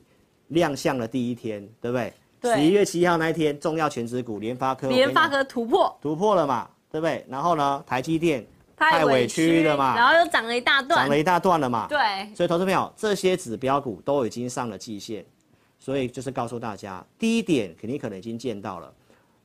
[SPEAKER 2] 亮相的第一天，对不对？
[SPEAKER 1] 对
[SPEAKER 2] 十一月七号那一天，重要全指股联发科，我跟你
[SPEAKER 1] 联发
[SPEAKER 2] 讲
[SPEAKER 1] 科突破，
[SPEAKER 2] 突破了嘛，对不对？然后呢，台积电
[SPEAKER 1] 太
[SPEAKER 2] 太委
[SPEAKER 1] 委
[SPEAKER 2] 屈了嘛
[SPEAKER 1] 然后又涨了一大段
[SPEAKER 2] 涨了，一大段了嘛，
[SPEAKER 1] 对，
[SPEAKER 2] 所以，投资朋友，这些指标股都已经上了季线，所以就是告诉大家，低点肯定可能已经见到了，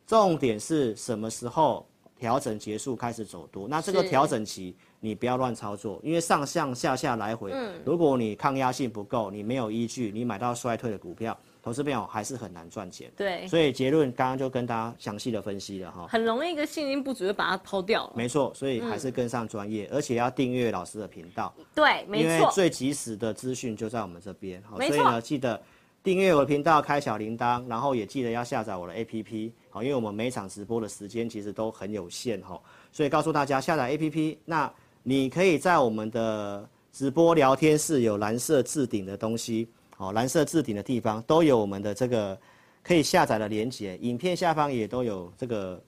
[SPEAKER 2] 重点是什么时候调整结束开始走多？那这个
[SPEAKER 1] 是
[SPEAKER 2] 调整期你不要乱操作，因为上上下下来回，
[SPEAKER 1] 嗯
[SPEAKER 2] 如果你抗压性不够，你没有依据，你买到衰退的股票，投资朋友还是很难赚钱。
[SPEAKER 1] 对，
[SPEAKER 2] 所以结论刚刚就跟大家详细的分析了哈。
[SPEAKER 1] 很容易一个信心不足就把它抛掉了。
[SPEAKER 2] 没错，所以
[SPEAKER 1] 嗯
[SPEAKER 2] 还是跟上专业，而且要订阅老师的频道。
[SPEAKER 1] 对，
[SPEAKER 2] 因
[SPEAKER 1] 没
[SPEAKER 2] 为
[SPEAKER 1] 错，
[SPEAKER 2] 最及时的资讯就在我们这边，好，
[SPEAKER 1] 没
[SPEAKER 2] 所
[SPEAKER 1] 错
[SPEAKER 2] 以呢，记得订阅我的频道，开小铃铛，然后也记得要下载我的 APP，好，因为我们每场直播的时间其实都很有限哈，所以告诉大家下载 APP，那你可以在我们的直播聊天室有蓝色置顶的东西，好，蓝色置顶的地方都有我们的这个可以下载的连接，影片下方也都有这个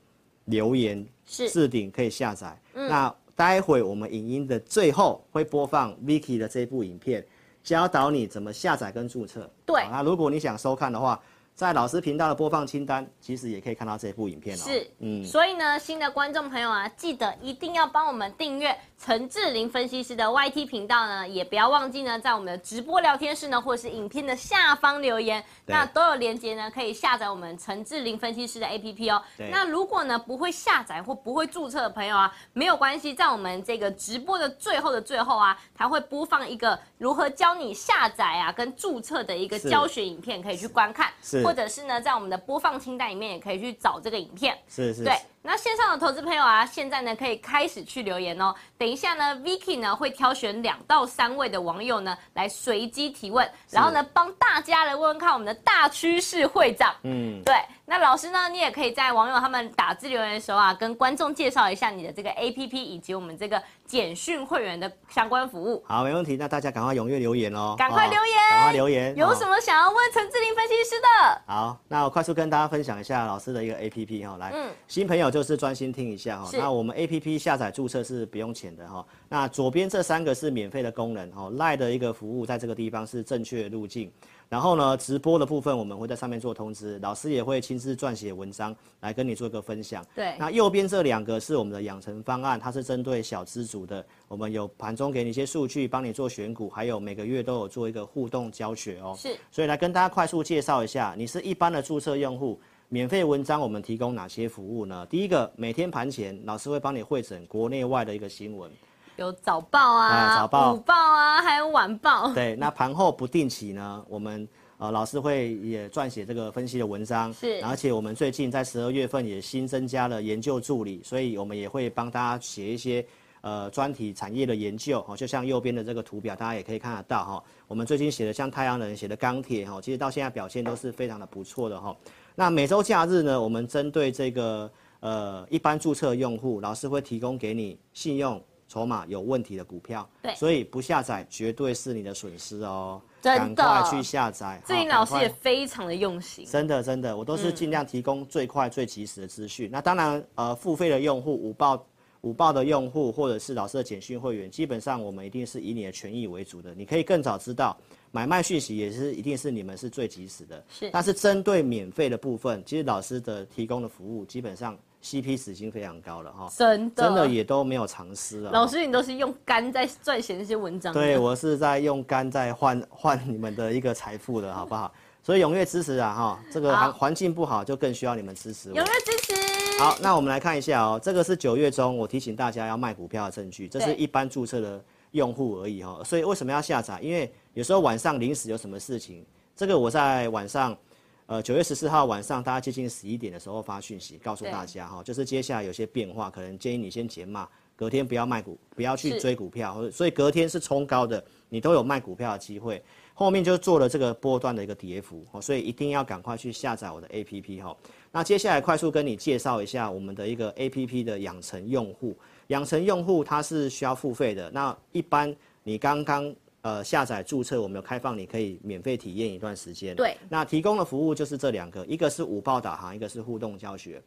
[SPEAKER 2] 留言
[SPEAKER 1] 是嗯
[SPEAKER 2] 置顶可以下载。那待会我们影音的最后会播放 Vicky 的这部影片，教导你怎么下载跟注册。
[SPEAKER 1] 对
[SPEAKER 2] 好那如果你想收看的话，在老师频道的播放清单，其实也可以看到这部影片哦。
[SPEAKER 1] 是，嗯，所以呢，新的观众朋友啊，记得一定要帮我们订阅陈志玲分析师的 YT 频道呢，也不要忘记呢，在我们的直播聊天室呢，或者是影片的下方留言，
[SPEAKER 2] 对
[SPEAKER 1] 那都有连接呢，可以下载我们陈志玲分析师的 APP 哦
[SPEAKER 2] 对。
[SPEAKER 1] 那如果呢不会下载或不会注册的朋友啊，没有关系，在我们这个直播的最后的最后啊，它会播放一个如何教你下载啊跟注册的一个
[SPEAKER 2] 是
[SPEAKER 1] 教学影片，可以去观看，
[SPEAKER 2] 是
[SPEAKER 1] 或者是呢，在我们的播放清单里面也可以去找这个影片。
[SPEAKER 2] 是是，
[SPEAKER 1] 对，那线上的投资朋友啊，现在呢可以开始去留言哦。等一下呢，Vicky 呢会挑选两到三位的网友呢来随机提问，然后呢帮大家来问问看我们的大趋势会长。
[SPEAKER 2] 嗯，
[SPEAKER 1] 对，那老师呢，你也可以在网友他们打字留言的时候啊，跟观众介绍一下你的这个 APP 以及我们这个简讯会员的相关服务。
[SPEAKER 2] 好，没问题。那大家赶快踊跃留言哦，
[SPEAKER 1] 赶快
[SPEAKER 2] 哦
[SPEAKER 1] 留言
[SPEAKER 2] 赶快留言。
[SPEAKER 1] 有
[SPEAKER 2] 哦
[SPEAKER 1] 什么想要问陈志玲分析师的？
[SPEAKER 2] 好，那我快速跟大家分享一下老师的一个 A P P 哈，来，
[SPEAKER 1] 嗯
[SPEAKER 2] 新朋友就是专心听一下哈。
[SPEAKER 1] 是
[SPEAKER 2] 那我们 A P P 下载注册是不用钱的哈。那左边这三个是免费的功能哈，赖的一个服务在这个地方是正确的路径。然后呢，直播的部分我们会在上面做通知，老师也会亲自撰写文章来跟你做一个分享。
[SPEAKER 1] 对
[SPEAKER 2] 那右边这两个是我们的养成方案，它是针对小资族的，我们有盘中给你一些数据，帮你做选股，还有每个月都有做一个互动教学哦。
[SPEAKER 1] 是，
[SPEAKER 2] 所以来跟大家快速介绍一下，你是一般的注册用户，免费文章我们提供哪些服务呢？第一个，每天盘前老师会帮你会诊国内外的一个新闻，
[SPEAKER 1] 有早报啊、
[SPEAKER 2] 哎早报
[SPEAKER 1] 午报啊，还有晚报。
[SPEAKER 2] 对，那盘后不定期呢，我们呃老师会也撰写这个分析的文章，
[SPEAKER 1] 是
[SPEAKER 2] 而且我们最近在十二月份也新增加了研究助理，所以我们也会帮大家写一些。呃，专题产业的研究哦，就像右边的这个图表，大家也可以看得到哈、我们最近写的像太阳能、写的钢铁哈、其实到现在表现都是非常的不错的哈、那每周假日呢，我们针对这个呃一般注册用户，老师会提供给你信用筹码有问题的股票，
[SPEAKER 1] 对
[SPEAKER 2] 所以不下载绝对是你的损失哦，
[SPEAKER 1] 真的
[SPEAKER 2] 赶快去下载。
[SPEAKER 1] 志玲
[SPEAKER 2] 好
[SPEAKER 1] 老师也
[SPEAKER 2] 赶快
[SPEAKER 1] 非常的用心。
[SPEAKER 2] 真的真
[SPEAKER 1] 嗯
[SPEAKER 2] 的，我都是尽量提供最快最及时的资讯。那当然，呃，付费的用户五报五报的用户或者是老师的简讯会员，基本上我们一定是以你的权益为主的，你可以更早知道买卖讯息，也是一定是你们是最及时的。
[SPEAKER 1] 是
[SPEAKER 2] 但是针对免费的部分，其实老师的提供的服务基本上 CP 值已经非常高了哈，
[SPEAKER 1] 真的
[SPEAKER 2] 真的也都没有啊常失了。
[SPEAKER 1] 老师，你都是用肝在撰写那些文 章的，
[SPEAKER 2] 对我是在用肝在换换你们的一个财富的好 不好？所以踊跃支持啊哈，这个
[SPEAKER 1] 好
[SPEAKER 2] 环环境不好就更需要你们支持我。
[SPEAKER 1] 踊跃支持。
[SPEAKER 2] 好，那我们来看一下哦，这个是九月中我提醒大家要卖股票的证据，这是
[SPEAKER 1] 对
[SPEAKER 2] 一般注册的用户而已哈、哦。所以为什么要下载？因为有时候晚上临时有什么事情，这个我在晚上，呃，九月十四号晚上大家接近十一点的时候发讯息告诉
[SPEAKER 1] 对
[SPEAKER 2] 大家哈、就是接下来有些变化，可能建议你先减码，隔天不要卖股，不要去
[SPEAKER 1] 是
[SPEAKER 2] 追股票，或者所以隔天是冲高的，你都有卖股票的机会。后面就做了这个波段的一个跌幅哦，所以一定要赶快去下载我的 APP 哈、哦那接下来快速跟你介绍一下我们的一个 APP 的养成用户。养成用户它是需要付费的。那一般你刚刚呃下载注册，我们有开放，你可以免费体验一段时间。
[SPEAKER 1] 对
[SPEAKER 2] 那提供的服务就是这两个，一个是五报导航，一个是互动教学。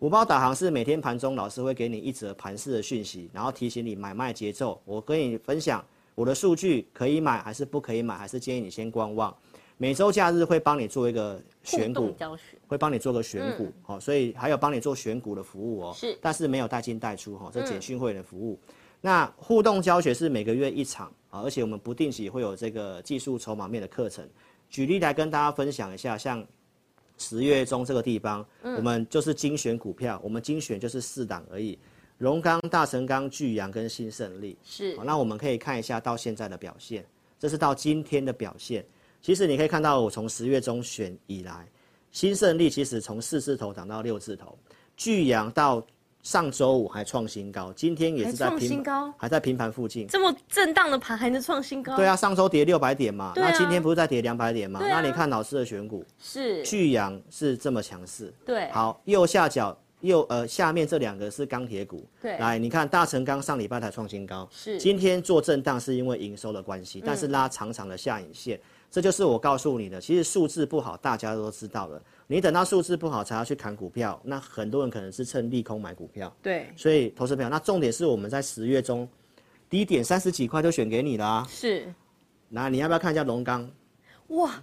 [SPEAKER 2] 五报导航是每天盘中老师会给你一则盘式的讯息，然后提醒你买卖节奏。我跟你分享我的数据可以买还是不可以买，还是建议你先观望。每周假日会帮你做一个选
[SPEAKER 1] 互
[SPEAKER 2] 股
[SPEAKER 1] 动，教学，
[SPEAKER 2] 会帮你做个选股，好、所以还有帮你做选股的服务哦。
[SPEAKER 1] 是
[SPEAKER 2] 但是没有带进带出哈、哦，这简讯会员的服务。那互动教学是每个月一场啊，而且我们不定期会有这个技术筹码面的课程。举例来跟大家分享一下，像十月中这个地方，我们就是精选股票，我们精选就是四档而已，荣钢、大成钢、巨阳跟新胜利。
[SPEAKER 1] 是
[SPEAKER 2] 好，那我们可以看一下到现在的表现，这是到今天的表现。其实你可以看到，我从十月中选以来，新胜利其实从四字头涨到六字头，巨阳到上周五还创新高，今天也是在
[SPEAKER 1] 还创
[SPEAKER 2] 平
[SPEAKER 1] 新高
[SPEAKER 2] 还在平盘附近。
[SPEAKER 1] 这么震荡的盘还能创新高？
[SPEAKER 2] 对，啊，上周跌六百点嘛，
[SPEAKER 1] 啊
[SPEAKER 2] 那今天不是再跌两百点嘛？
[SPEAKER 1] 对啊
[SPEAKER 2] 那你看老师的选股，
[SPEAKER 1] 是，
[SPEAKER 2] 巨阳是这么强势，
[SPEAKER 1] 对，
[SPEAKER 2] 好，右下角右呃下面这两个是钢铁股，
[SPEAKER 1] 对
[SPEAKER 2] 来你看大成钢上礼拜才创新高，
[SPEAKER 1] 是嗯
[SPEAKER 2] 今天做震荡是因为营收的关系，但是拉长长的下影线，这就是我告诉你的，其实数字不好大家都知道了，你等到数字不好才要去砍股票，那很多人可能是趁利空买股票，
[SPEAKER 1] 对，
[SPEAKER 2] 所以投资朋友，那重点是我们在十月中低点三十几块就选给你了啊，
[SPEAKER 1] 是，
[SPEAKER 2] 那你要不要看一下龙钢
[SPEAKER 1] 哇，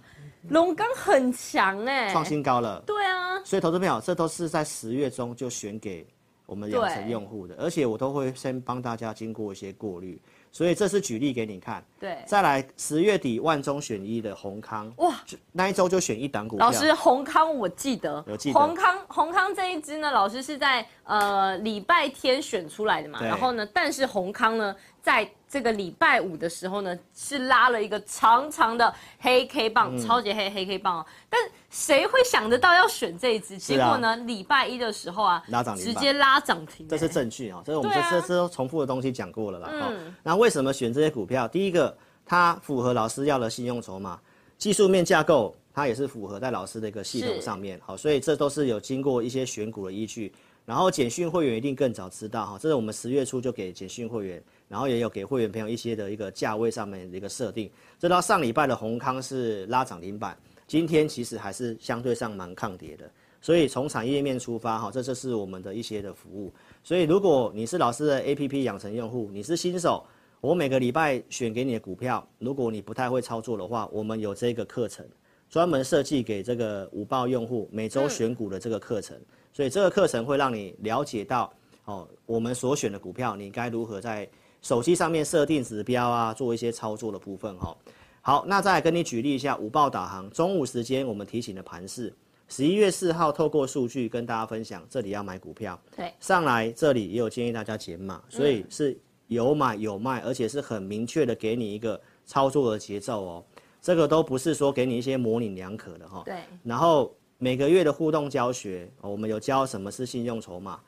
[SPEAKER 1] 龙刚很强哎，
[SPEAKER 2] 嗯创，新高了？
[SPEAKER 1] 对啊，
[SPEAKER 2] 所以投资朋友，这都是在十月中就选给我们养成用户的，而且我都会先帮大家经过一些过滤，所以这是举例给你看。
[SPEAKER 1] 对，
[SPEAKER 2] 再来，十月底万中选一的宏康，
[SPEAKER 1] 哇，
[SPEAKER 2] 那一周就选一档股票。
[SPEAKER 1] 老师，宏康我记得，
[SPEAKER 2] 有记得
[SPEAKER 1] 宏康宏康这一支呢，老师是在呃礼拜天选出来的嘛，
[SPEAKER 2] 对
[SPEAKER 1] 然后呢，但是宏康呢，在这个礼拜五的时候呢，是拉了一个长长的黑 K
[SPEAKER 2] 嗯
[SPEAKER 1] 棒，超级黑黑 K 棒哦。但谁会想得到要选这一支？
[SPEAKER 2] 是啊
[SPEAKER 1] 结果呢，礼拜一的时候啊，
[SPEAKER 2] 拉涨停
[SPEAKER 1] 直
[SPEAKER 2] 板
[SPEAKER 1] 接拉涨停、
[SPEAKER 2] 这是证据啊、这是我们这、
[SPEAKER 1] 对啊嗯
[SPEAKER 2] 这这都重复的东西讲过了啦。哦那为什么选这些股票？第一个，它符合老师要的信用筹码，技术面架构它也是符合在老师的一个系统
[SPEAKER 1] 是
[SPEAKER 2] 上面。好、所以这都是有经过一些选股的依据。然后简讯会员一定更早知道哈、这是我们十月初就给简讯会员，然后也有给会员朋友一些的一个价位上面的一个设定。这到上礼拜的宏康是拉涨停板，今天其实还是相对上蛮抗跌的。所以从产业面出发哈，这就是我们的一些的服务。所以如果你是老师的 APP 养成用户，你是新手，我每个礼拜选给你的股票，如果你不太会操作的话，我们有这个课程专门设计给这个五报用户每周选股的这个课程。所以这个课程会让你了解到哦，我们所选的股票你该如何在手机上面设定指标啊，做一些操作的部分哈、哦。好，那再来跟你举例一下五报导航，中午时间我们提醒的盘势，十一月四号透过数据跟大家分享，这里要买股票，
[SPEAKER 1] 对，
[SPEAKER 2] 上来这里也有建议大家减码，所以是有买有卖，而且是很明确的给你一个操作的节奏哦，这个都不是说给你一些模棱两可的哈、哦。
[SPEAKER 1] 对，
[SPEAKER 2] 然后每个月的互动教学，哦我们有教什么是信用筹码，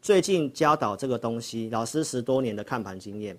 [SPEAKER 2] 最近教导这个东西，老师十多年的看盘经验，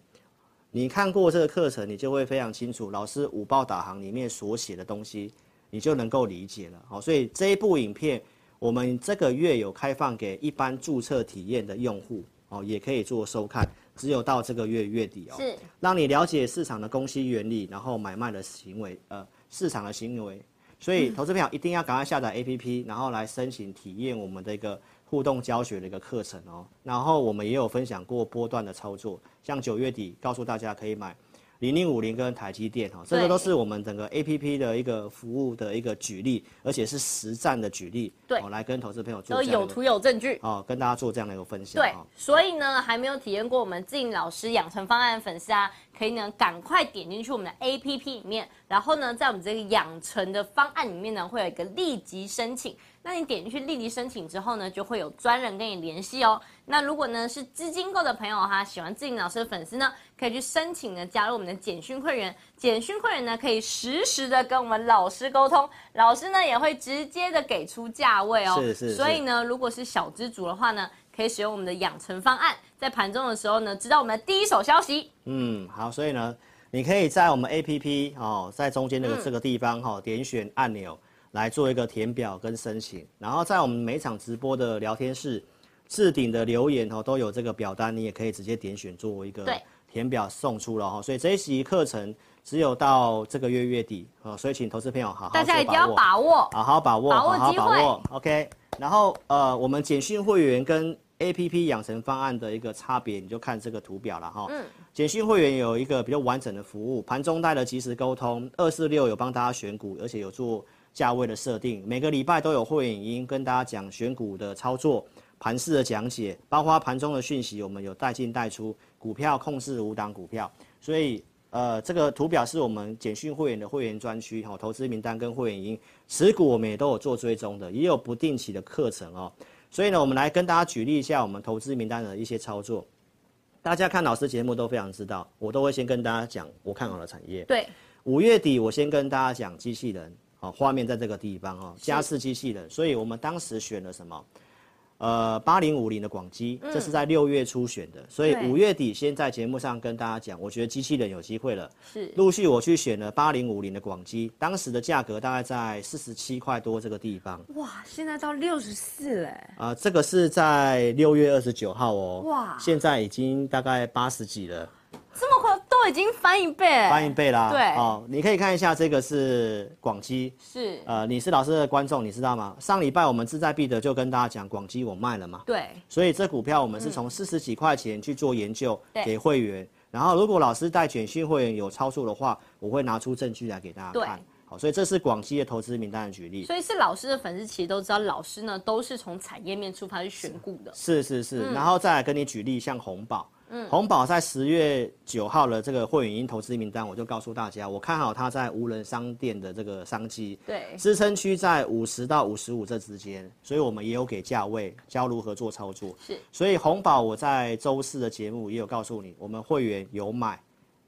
[SPEAKER 2] 你看过这个课程，你就会非常清楚老师五报导航里面所写的东西，你就能够理解了。好，所以这一部影片我们这个月有开放给一般注册体验的用户哦，也可以做收看，只有到这个月月底哦。
[SPEAKER 1] 是
[SPEAKER 2] 让你了解市场的供需原理，然后买卖的行为，呃，市场的
[SPEAKER 1] 嗯
[SPEAKER 2] 行为。所以，投资朋友一定要赶快下载 APP，然后来申请体验我们的一个互动教学的一个课程哦。然后我们也有分享过波段的操作，像九月底告诉大家可以买零零五零跟台积电哦，这个
[SPEAKER 1] 对
[SPEAKER 2] 都是我们整个 A P P 的一个服务的一个举例，而且是实战的举例，
[SPEAKER 1] 对
[SPEAKER 2] 哦，来跟投资朋友做
[SPEAKER 1] 都
[SPEAKER 2] 这样
[SPEAKER 1] 有
[SPEAKER 2] 的一个
[SPEAKER 1] 图有证据。
[SPEAKER 2] 哦，跟大家做这样的一个分享
[SPEAKER 1] 对
[SPEAKER 2] 哦。，
[SPEAKER 1] 所以呢，还没有体验过我们志颖老师养成方案的粉丝啊，可以呢赶快点进去我们的 APP 里面，然后呢，在我们这个养成的方案里面呢，会有一个立即申请。那你点进去立即申请之后呢，就会有专人跟你联系哦。那如果呢是资金够的朋友哈，喜欢志颖老师的粉丝呢，可以去申请呢加入我们的简讯会员。简讯会员呢可以实时的跟我们老师沟通，老师呢也会直接的给出价位哦。
[SPEAKER 2] 是是
[SPEAKER 1] 所以
[SPEAKER 2] 是
[SPEAKER 1] 呢，如果是小资族的话呢，可以使用我们的养成方案，在盘中的时候呢，知道我们的第一手消息。
[SPEAKER 2] 嗯，好，所以呢，你可以在我们 A P P 哦，在中间这个这个地方哈、哦，点选按钮来做一个填表跟申请，然后在我们每场直播的聊天室置顶的留言哦，都有这个表单，你也可以直接点选作为一个
[SPEAKER 1] 对
[SPEAKER 2] 填表送出了哈、哦。所以这一期课程只有到这个月月底哦，所以请投资朋友好好
[SPEAKER 1] 大家
[SPEAKER 2] 做
[SPEAKER 1] 一定要
[SPEAKER 2] 握
[SPEAKER 1] 把握。
[SPEAKER 2] 好好把握，
[SPEAKER 1] 把握
[SPEAKER 2] 好好
[SPEAKER 1] 机
[SPEAKER 2] 把
[SPEAKER 1] 会
[SPEAKER 2] 握。OK，然后呃，我们简讯会员跟 APP 养成方案的一个差别，你就看这个图表了哈。嗯。简讯会员有一个比较完整的服务，盘中带了及时沟通，二四六有帮大家选股，而且有做价位的设定，每个礼拜都有会影音跟大家讲选股的操作。盘势的讲解，包括盘中的讯息，我们有带进带出，股票控制五档股票，所以呃，这个图表是我们简讯会员的会员专区，好、投资名单跟会员营持股我们也都有做追踪的，也有不定期的课程哦。所以呢，我们来跟大家举例一下我们投资名单的一些操作。大家看老师节目都非常知道，我都会先跟大家讲我看好的产业。
[SPEAKER 1] 对，
[SPEAKER 2] 五月底我先跟大家讲机器人，好、画面在这个地方哦，家事机器人，所以我们当时选了什么？呃，八零五零的广基，这是在六月初选的，所以
[SPEAKER 1] 嗯对
[SPEAKER 2] 五月底先在节目上跟大家讲，我觉得机器人有机会了。
[SPEAKER 1] 是
[SPEAKER 2] 陆续我去选了八零五零的广基，当时的价格大概在四十七块多这个地方，
[SPEAKER 1] 哇，现在到六十四欸嘞，
[SPEAKER 2] 啊、这个是在六月二十九号哦，
[SPEAKER 1] 哇
[SPEAKER 2] 现在已经大概八十几了，
[SPEAKER 1] 这么快都已经翻一倍，欸
[SPEAKER 2] 翻一倍啦。
[SPEAKER 1] 哎对
[SPEAKER 2] 哦，你可以看一下这个是广基，
[SPEAKER 1] 是，
[SPEAKER 2] 呃，你是老师的观众，你知道吗？上礼拜我们志在必得就跟大家讲，广基我卖了嘛，
[SPEAKER 1] 对，
[SPEAKER 2] 所以这股票我们是从四十几块钱去做研究
[SPEAKER 1] 嗯对
[SPEAKER 2] 给会员，然后如果老师带简讯会员有操作的话，我会拿出证据来给大家
[SPEAKER 1] 对
[SPEAKER 2] 看。好，所以这是广基的投资名单的举例。
[SPEAKER 1] 所以是老师的粉丝其实都知道，老师呢都是从产业面出发去选股的，
[SPEAKER 2] 是是是，
[SPEAKER 1] 嗯
[SPEAKER 2] 然后再来跟你举例，像红宝，红宝在十月九号的这个会员音投资名单，我就告诉大家，我看好它在无人商店的这个商机，
[SPEAKER 1] 对，
[SPEAKER 2] 支撑区在五十到五十五这之间，所以我们也有给价位，教如何做操作。
[SPEAKER 1] 是，
[SPEAKER 2] 所以红宝我在周四的节目也有告诉你，我们会员有买，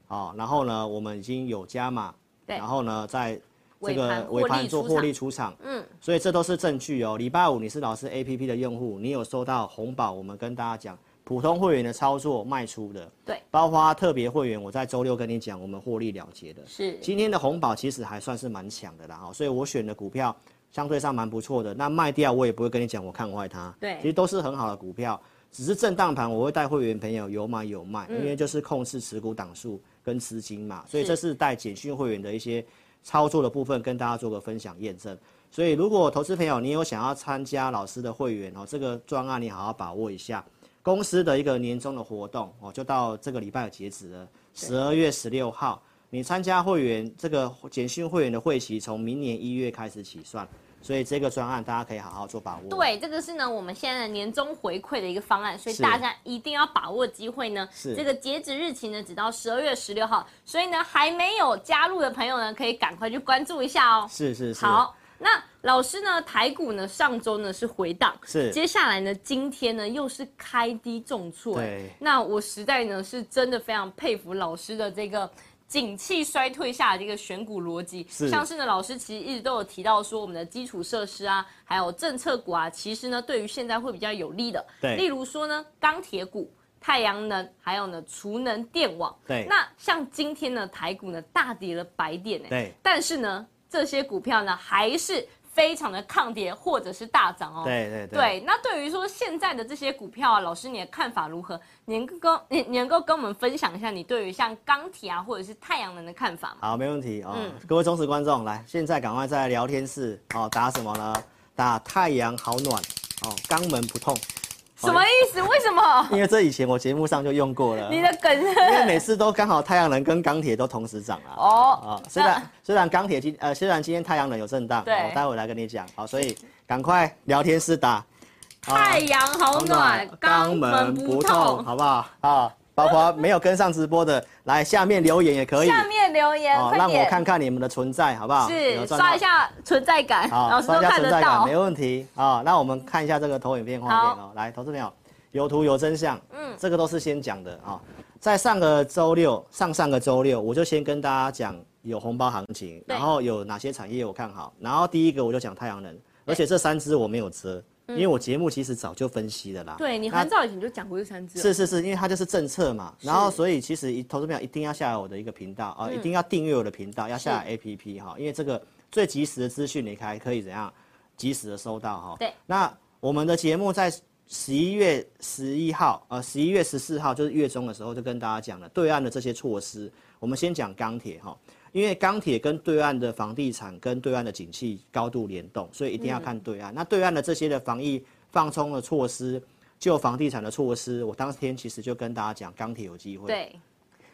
[SPEAKER 2] 啊、然后呢，我们已经有加码，
[SPEAKER 1] 对
[SPEAKER 2] 然后呢，在这个
[SPEAKER 1] 尾盘获利
[SPEAKER 2] 尾盘做
[SPEAKER 1] 出场
[SPEAKER 2] 获利出场，
[SPEAKER 1] 嗯，
[SPEAKER 2] 所以这都是证据哦。礼拜五你是老师 A P P 的用户，你有收到红宝，我们跟大家讲普通会员的操作卖出的，
[SPEAKER 1] 对，
[SPEAKER 2] 包括特别会员，我在周六跟你讲，我们获利了结的，
[SPEAKER 1] 是，
[SPEAKER 2] 今天的红宝其实还算是蛮强的啦，哦哈，所以我选的股票相对上蛮不错的。那卖掉我也不会跟你讲我看坏它，
[SPEAKER 1] 对
[SPEAKER 2] 其实都是很好的股票，只是震荡盘我会带会员朋友有买有卖，因为就是控制持股档数跟资金嘛，所以这是带简讯会员的一些操作的部分跟大家做个分享验证。所以如果投资朋友你有想要参加老师的会员哦，这个专案你好好把握一下。公司的一个年终的活动哦，就到这个礼拜有截止了，十二月十六号。你参加会员这个简讯会员的会期，从明年一月开始起算，所以这个专案大家可以好好做把握。，
[SPEAKER 1] 对，这个是呢我们现在的年终回馈的一个方案，所以
[SPEAKER 2] 是
[SPEAKER 1] 大家一定要把握机会呢。
[SPEAKER 2] 是
[SPEAKER 1] 这个截止日期呢，只到十二月十六号，所以呢还没有加入的朋友呢，可以赶快去关注一下哦。
[SPEAKER 2] 是是是，
[SPEAKER 1] 好，那老师呢，台股呢上周呢是回档，
[SPEAKER 2] 是
[SPEAKER 1] 接下来呢今天呢又是开低重挫，哎
[SPEAKER 2] 对
[SPEAKER 1] 那我实在呢是真的非常佩服老师的这个。景气衰退下的这个选股逻辑，
[SPEAKER 2] 是
[SPEAKER 1] 像是呢，老师其实一直都有提到说，我们的基础设施啊，还有政策股啊，其实呢，对于现在会比较有利的。
[SPEAKER 2] 对
[SPEAKER 1] 例如说呢，钢铁股、太阳能，还有呢，储能、电网。
[SPEAKER 2] 对
[SPEAKER 1] 那像今天呢，台股呢大跌了百点、欸，
[SPEAKER 2] 对
[SPEAKER 1] 但是呢，这些股票呢还是非常的抗跌或者是大涨哦。
[SPEAKER 2] 对对
[SPEAKER 1] 对。那对于说现在的这些股票啊，老师你的看法如何？你能够你你能够跟我 们分享一下你对于像钢铁啊或者是太阳能的看法吗？
[SPEAKER 2] 好，没问题哦。
[SPEAKER 1] 嗯
[SPEAKER 2] 各位忠实观众，来，现在赶快在聊天室哦打什么呢？打太阳好暖，哦，肛门不痛，哦
[SPEAKER 1] 什么意思？为什么？
[SPEAKER 2] 因为这以前我节目上就用过了。
[SPEAKER 1] 你的梗
[SPEAKER 2] 因为 每次都刚好太阳能跟钢铁都同时涨啊。
[SPEAKER 1] 哦，
[SPEAKER 2] 啊，虽然虽然钢铁今呃虽然今天太阳能有震荡，
[SPEAKER 1] 对
[SPEAKER 2] 我待会来跟你讲。好，所以赶快聊天室打。啊
[SPEAKER 1] 太阳好暖，肛门不痛。
[SPEAKER 2] 好不好？啊，包括没有跟上直播的，来下面留言也可以。
[SPEAKER 1] 下面留言，
[SPEAKER 2] 哦，
[SPEAKER 1] 快
[SPEAKER 2] 让我
[SPEAKER 1] 点，
[SPEAKER 2] 看看你们的存在，好不好？有
[SPEAKER 1] 是
[SPEAKER 2] 赚
[SPEAKER 1] 刷
[SPEAKER 2] 到
[SPEAKER 1] 一。下存在感，老
[SPEAKER 2] 好，
[SPEAKER 1] 师
[SPEAKER 2] 刷
[SPEAKER 1] 都
[SPEAKER 2] 一下
[SPEAKER 1] 看
[SPEAKER 2] 存
[SPEAKER 1] 得
[SPEAKER 2] 在感，
[SPEAKER 1] 到
[SPEAKER 2] 没。问题啊。那我们看一下这个投影片画面哦。来，投资朋友，有图有真相，嗯，这个都是先讲的啊。在上个周六，上上个周六，我就先跟大家讲有红包行情，
[SPEAKER 1] 对
[SPEAKER 2] 然后有哪些产业我看好，然后第一个我就讲太阳能，而且这三只我没有遮，因为我节目其实早就分析的啦。
[SPEAKER 1] 嗯对你
[SPEAKER 2] 那
[SPEAKER 1] 很早以前就讲过这三只了，
[SPEAKER 2] 是是是，因为它就是政策嘛，然后所以其实一投资朋友一定要下载我的一个频道啊、一定要订阅我的频道，要下载 APP 哈，因为这个最及时的资讯你还可以怎样及时的收到哈。
[SPEAKER 1] 对，
[SPEAKER 2] 那我们的节目在十一月十一号，呃，十一月十四号就是月中的时候就跟大家讲了对岸的这些措施，我们先讲钢铁哈。因为钢铁跟对岸的房地产跟对岸的景气高度联动，所以一定要看对岸。那对岸的这些的防疫放松的措施，就房地产的措施，我当天其实就跟大家讲钢铁有机会。，
[SPEAKER 1] 对，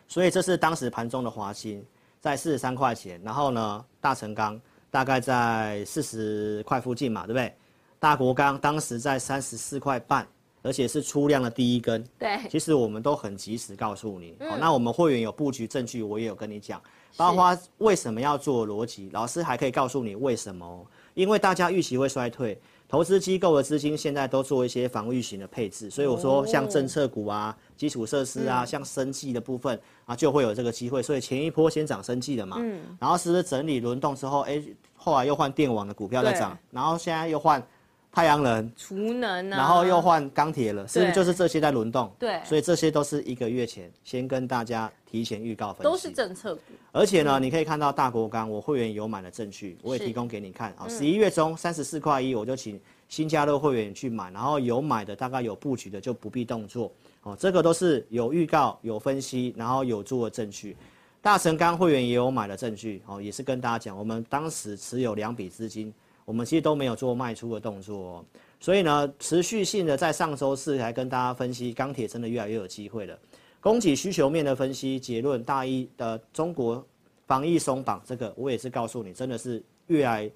[SPEAKER 2] 所以这是当时盘中的华兴在四十三块钱，然后呢，大成钢大概在四十块附近嘛，对不对？大国钢当时在三十四块半，而且是出量的第一根。
[SPEAKER 1] 对，
[SPEAKER 2] 其实我们都很及时告诉
[SPEAKER 1] 嗯
[SPEAKER 2] 你。好、那我们会员有布局证据，我也有跟你讲，包括为什么要做逻辑，老师还可以告诉你为什么哦。因为大家预期会衰退，投资机构的资金现在都做一些防御型的配置，所以我说像政策股啊、基础设施
[SPEAKER 1] 嗯
[SPEAKER 2] 啊、像生计的部分啊，就会有这个机会。所以前一波先涨生计的嘛，
[SPEAKER 1] 嗯
[SPEAKER 2] 然后是不是整理轮动之后，哎，后来又换电网的股票在
[SPEAKER 1] 对
[SPEAKER 2] 涨，然后现在又换太阳能，
[SPEAKER 1] 储能啊，
[SPEAKER 2] 然后又换钢铁了，是不是
[SPEAKER 1] 对
[SPEAKER 2] 就是这些在轮动？
[SPEAKER 1] 对
[SPEAKER 2] 所以这些都是一个月前先跟大家提前预告分析，
[SPEAKER 1] 都是政策股，
[SPEAKER 2] 而且呢，你可以看到大国钢，我会员有买的证据，我也
[SPEAKER 1] 是
[SPEAKER 2] 提供给你看啊。十一月中三十四块一，我就请新加入会员去买，然后有买的大概有布局的就不必动作哦。这个都是有预告、有分析，然后有做的证据。大成钢会员也有买的证据哦，也是跟大家讲，我们当时持有两笔资金，我们其实都没有做卖出的动作、哦。所以呢，持续性的在上周四来跟大家分析，钢铁真的越来越有机会了。供给需求面的分析结论，大一的中国防疫松绑这个，我也是告诉你，真的是越来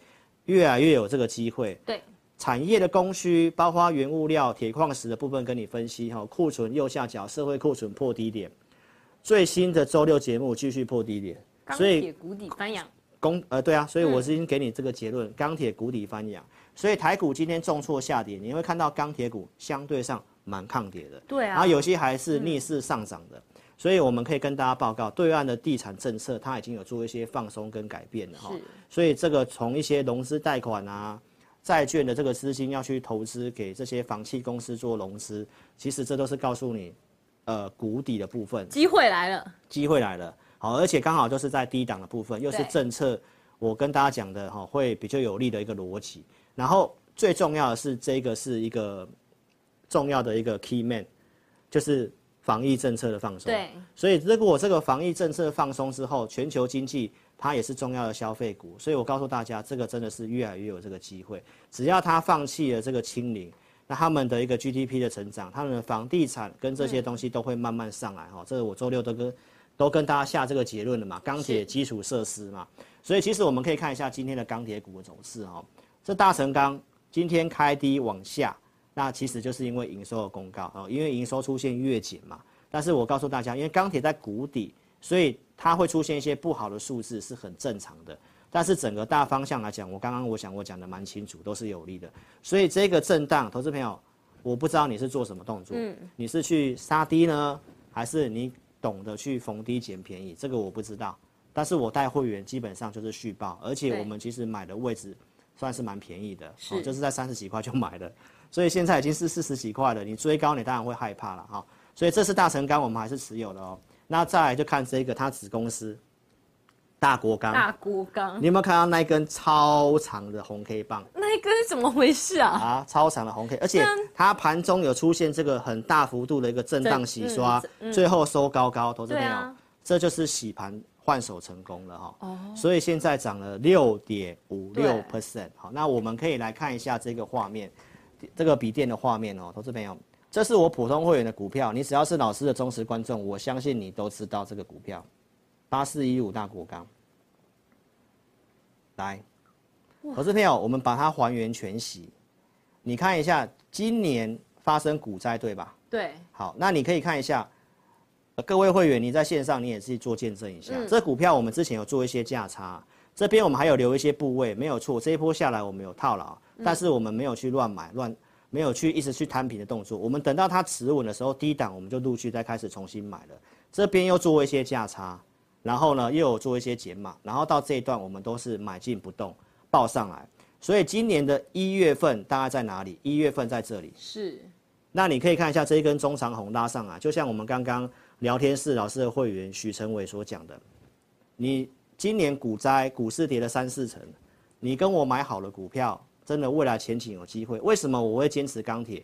[SPEAKER 2] 越来越有这个机会。
[SPEAKER 1] 对，
[SPEAKER 2] 产业的供需，包括原物料、铁矿石的部分，跟你分析哈。库存右下角，社会库存破低点，最新的周六节目继续破低点，
[SPEAKER 1] 钢
[SPEAKER 2] 所以
[SPEAKER 1] 铁谷底翻扬，
[SPEAKER 2] 公呃对啊，所以我是已经给你这个结论，钢铁谷底翻扬，所以台股今天重挫下跌，你会看到钢铁股相对上蛮抗跌的，
[SPEAKER 1] 对啊
[SPEAKER 2] 然后有些还是逆势上涨的，所以我们可以跟大家报告，对岸的地产政策它已经有做一些放松跟改变了哈
[SPEAKER 1] 是，
[SPEAKER 2] 所以这个从一些融资贷款啊。债券的这个资金要去投资给这些房企公司做融资，其实这都是告诉你，呃，谷底的部分。
[SPEAKER 1] 机会来了，
[SPEAKER 2] 机会来了，好，而且刚好就是在低档的部分，又是
[SPEAKER 1] 对
[SPEAKER 2] 政策，我跟大家讲的哈，会比较有利的一个逻辑。然后最重要的是，这个是一个重要的一个 key man，就是防疫政策的放松。
[SPEAKER 1] 对，
[SPEAKER 2] 所以如果这个防疫政策放松之后，全球经济它也是重要的消费股，所以我告诉大家，这个真的是越来越有这个机会。只要它放弃了这个清零，那他们的一个 GDP 的成长，他们的房地产跟这些东西都会慢慢上来哈、这是我周六都跟都跟大家下这个结论了嘛，钢铁基础设施嘛，所以其实我们可以看一下今天的钢铁股的走势哈、这大成钢今天开低往下，那其实就是因为营收的公告哦，因为营收出现月减嘛。但是我告诉大家，因为钢铁在谷底，所以它会出现一些不好的数字是很正常的。但是整个大方向来讲，我刚刚我想我讲的蛮清楚，都是有利的。所以这个震荡，投资朋友，我不知道你是做什么动作，
[SPEAKER 1] 嗯
[SPEAKER 2] 你是去杀低呢，还是你懂得去逢低捡便宜？这个我不知道。但是我带会员基本上就是续报，而且
[SPEAKER 1] 对
[SPEAKER 2] 我们其实买的位置算是蛮便宜的，
[SPEAKER 1] 是
[SPEAKER 2] 哦就是在三十几块就买了，所以现在已经是四十几块了。你追高，你当然会害怕了哈、所以这是大成钢，我们还是持有的哦。那再来就看这个它子公司大国钢，
[SPEAKER 1] 大锅钢
[SPEAKER 2] 你，有没有看到那一根超长的红 K 棒
[SPEAKER 1] 那一根是怎么回事啊？
[SPEAKER 2] 啊？超长的红 K，而且它盘中有出现这个很大幅度的一个震荡洗
[SPEAKER 1] 嗯
[SPEAKER 2] 刷，最后收高高，投资朋友，
[SPEAKER 1] 对啊
[SPEAKER 2] 这就是洗盘换手成功了哈、哦。所以现在涨了六点五六 percent。好，那我们可以来看一下这个画面。这个笔电的画面哦，投资朋友，这是我普通会员的股票，你只要是老师的忠实观众，我相信你都知道这个股票，八四一五大股钢。来，投资朋友，我们把它还原全息，你看一下今年发生股灾对吧？
[SPEAKER 1] 对，
[SPEAKER 2] 好，那你可以看一下，呃各位会员，你在线上你也自己做见证一下。这股票我们之前有做一些价差，这边我们还有留一些部位，没有错。这一波下来我们有套牢，但是我们没有去乱买乱，没有去一直去摊平的动作。我们等到它持稳的时候，低档我们就陆续再开始重新买了。这边又做一些价差，然后呢又有做一些减码，然后到这一段我们都是买进不动，报上来。所以今年的一月份大概在哪里？一月份在这里。
[SPEAKER 1] 是，
[SPEAKER 2] 那你可以看一下这一根中长红拉上啊来，就像我们刚刚聊天室老师的会员许成伟所讲的，你今年股灾股市跌了三四成，你跟我买好了股票，真的未来前景有机会。为什么我会坚持钢铁？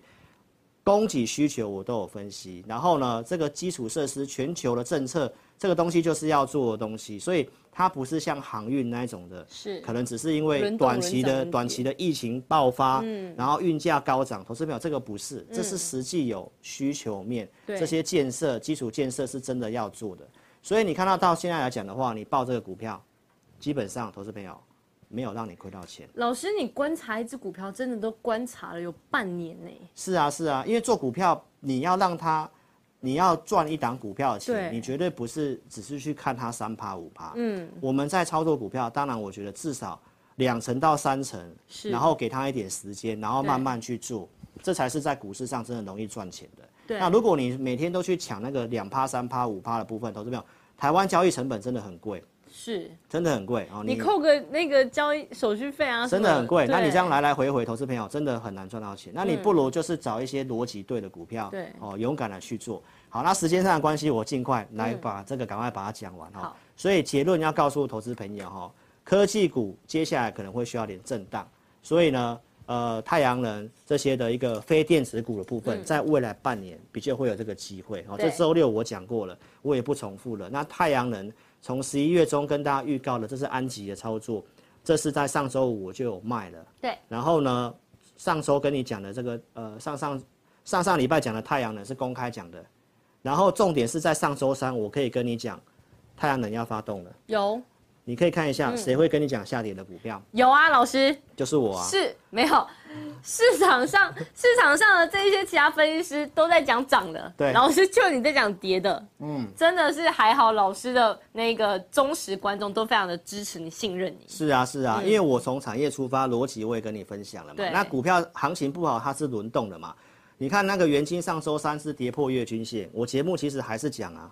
[SPEAKER 2] 供给需求我都有分析，然后呢，这个基础设施全球的政策这个东西就是要做的东西，所以它不是像航运那一种的，
[SPEAKER 1] 是
[SPEAKER 2] 可能只是因为
[SPEAKER 1] 轮动
[SPEAKER 2] 短期
[SPEAKER 1] 轮涨
[SPEAKER 2] 的
[SPEAKER 1] 轮跌
[SPEAKER 2] 短期的疫情爆发，
[SPEAKER 1] 嗯
[SPEAKER 2] 然后运价高涨，投资朋友这个不是，这是实际有需求面，
[SPEAKER 1] 对
[SPEAKER 2] 这些建设基础建设是真的要做的，所以你看到到现在来讲的话，你报这个股票，基本上投资朋友没有让你亏到钱。
[SPEAKER 1] 老师，你观察一只股票真的都观察了有半年呢、
[SPEAKER 2] 是啊，是啊，因为做股票，你要让它，你要赚一档股票的
[SPEAKER 1] 对
[SPEAKER 2] 钱，你绝对不是只是去看它三趴五趴。
[SPEAKER 1] 嗯，
[SPEAKER 2] 我们在操作股票，当然我觉得至少两成到三成，
[SPEAKER 1] 是
[SPEAKER 2] 然后给它一点时间，然后慢慢去做，这才是在股市上真的容易赚钱的。
[SPEAKER 1] 对
[SPEAKER 2] 那如果你每天都去抢那个两趴、三趴、五趴的部分，投资朋友，台湾交易成本真的很贵，
[SPEAKER 1] 是
[SPEAKER 2] 真的很贵哦。
[SPEAKER 1] 你扣个那个交易手续费啊，
[SPEAKER 2] 真的很贵。那你这样
[SPEAKER 1] 来。
[SPEAKER 2] 来来回回，投资朋友真的很难赚到钱。那你不如就是找一些逻辑对的股票，
[SPEAKER 1] 嗯对
[SPEAKER 2] 哦，勇敢的去做。好，那时间上的关系，我尽快来把这个赶快把它讲完哈
[SPEAKER 1] 嗯好。
[SPEAKER 2] 所以结论要告诉投资朋友哦哈，科技股接下来可能会需要点震荡，所以呢。呃，太阳能这些的一个非电子股的部分，在未来半年比较会有这个机会哦。
[SPEAKER 1] 嗯对
[SPEAKER 2] 这周六我讲过了，我也不重复了。那太阳能从十一月中跟大家预告的，这是安吉的操作，这是在上周五我就有卖了。
[SPEAKER 1] 对，
[SPEAKER 2] 然后呢，上周跟你讲的这个呃上上上上礼拜讲的太阳能是公开讲的，然后重点是在上周三我可以跟你讲，太阳能要发动了，
[SPEAKER 1] 有
[SPEAKER 2] 你可以看一
[SPEAKER 1] 嗯
[SPEAKER 2] 下谁会跟你讲下跌的股票，
[SPEAKER 1] 有啊，老师
[SPEAKER 2] 就是我啊。
[SPEAKER 1] 是没有。市场上市场上的这一些其他分析师都在讲涨的，
[SPEAKER 2] 对
[SPEAKER 1] 老师就你在讲跌的，嗯，真的是还好，老师的那个忠实观众都非常的支持你、信任你，
[SPEAKER 2] 是啊，是啊，因为我从产业出发，逻辑我也跟你分享了嘛
[SPEAKER 1] 嗯对。
[SPEAKER 2] 那股票行情不好，它是轮动的嘛。你看那个元金上周三是跌破月均线，我节目其实还是讲啊，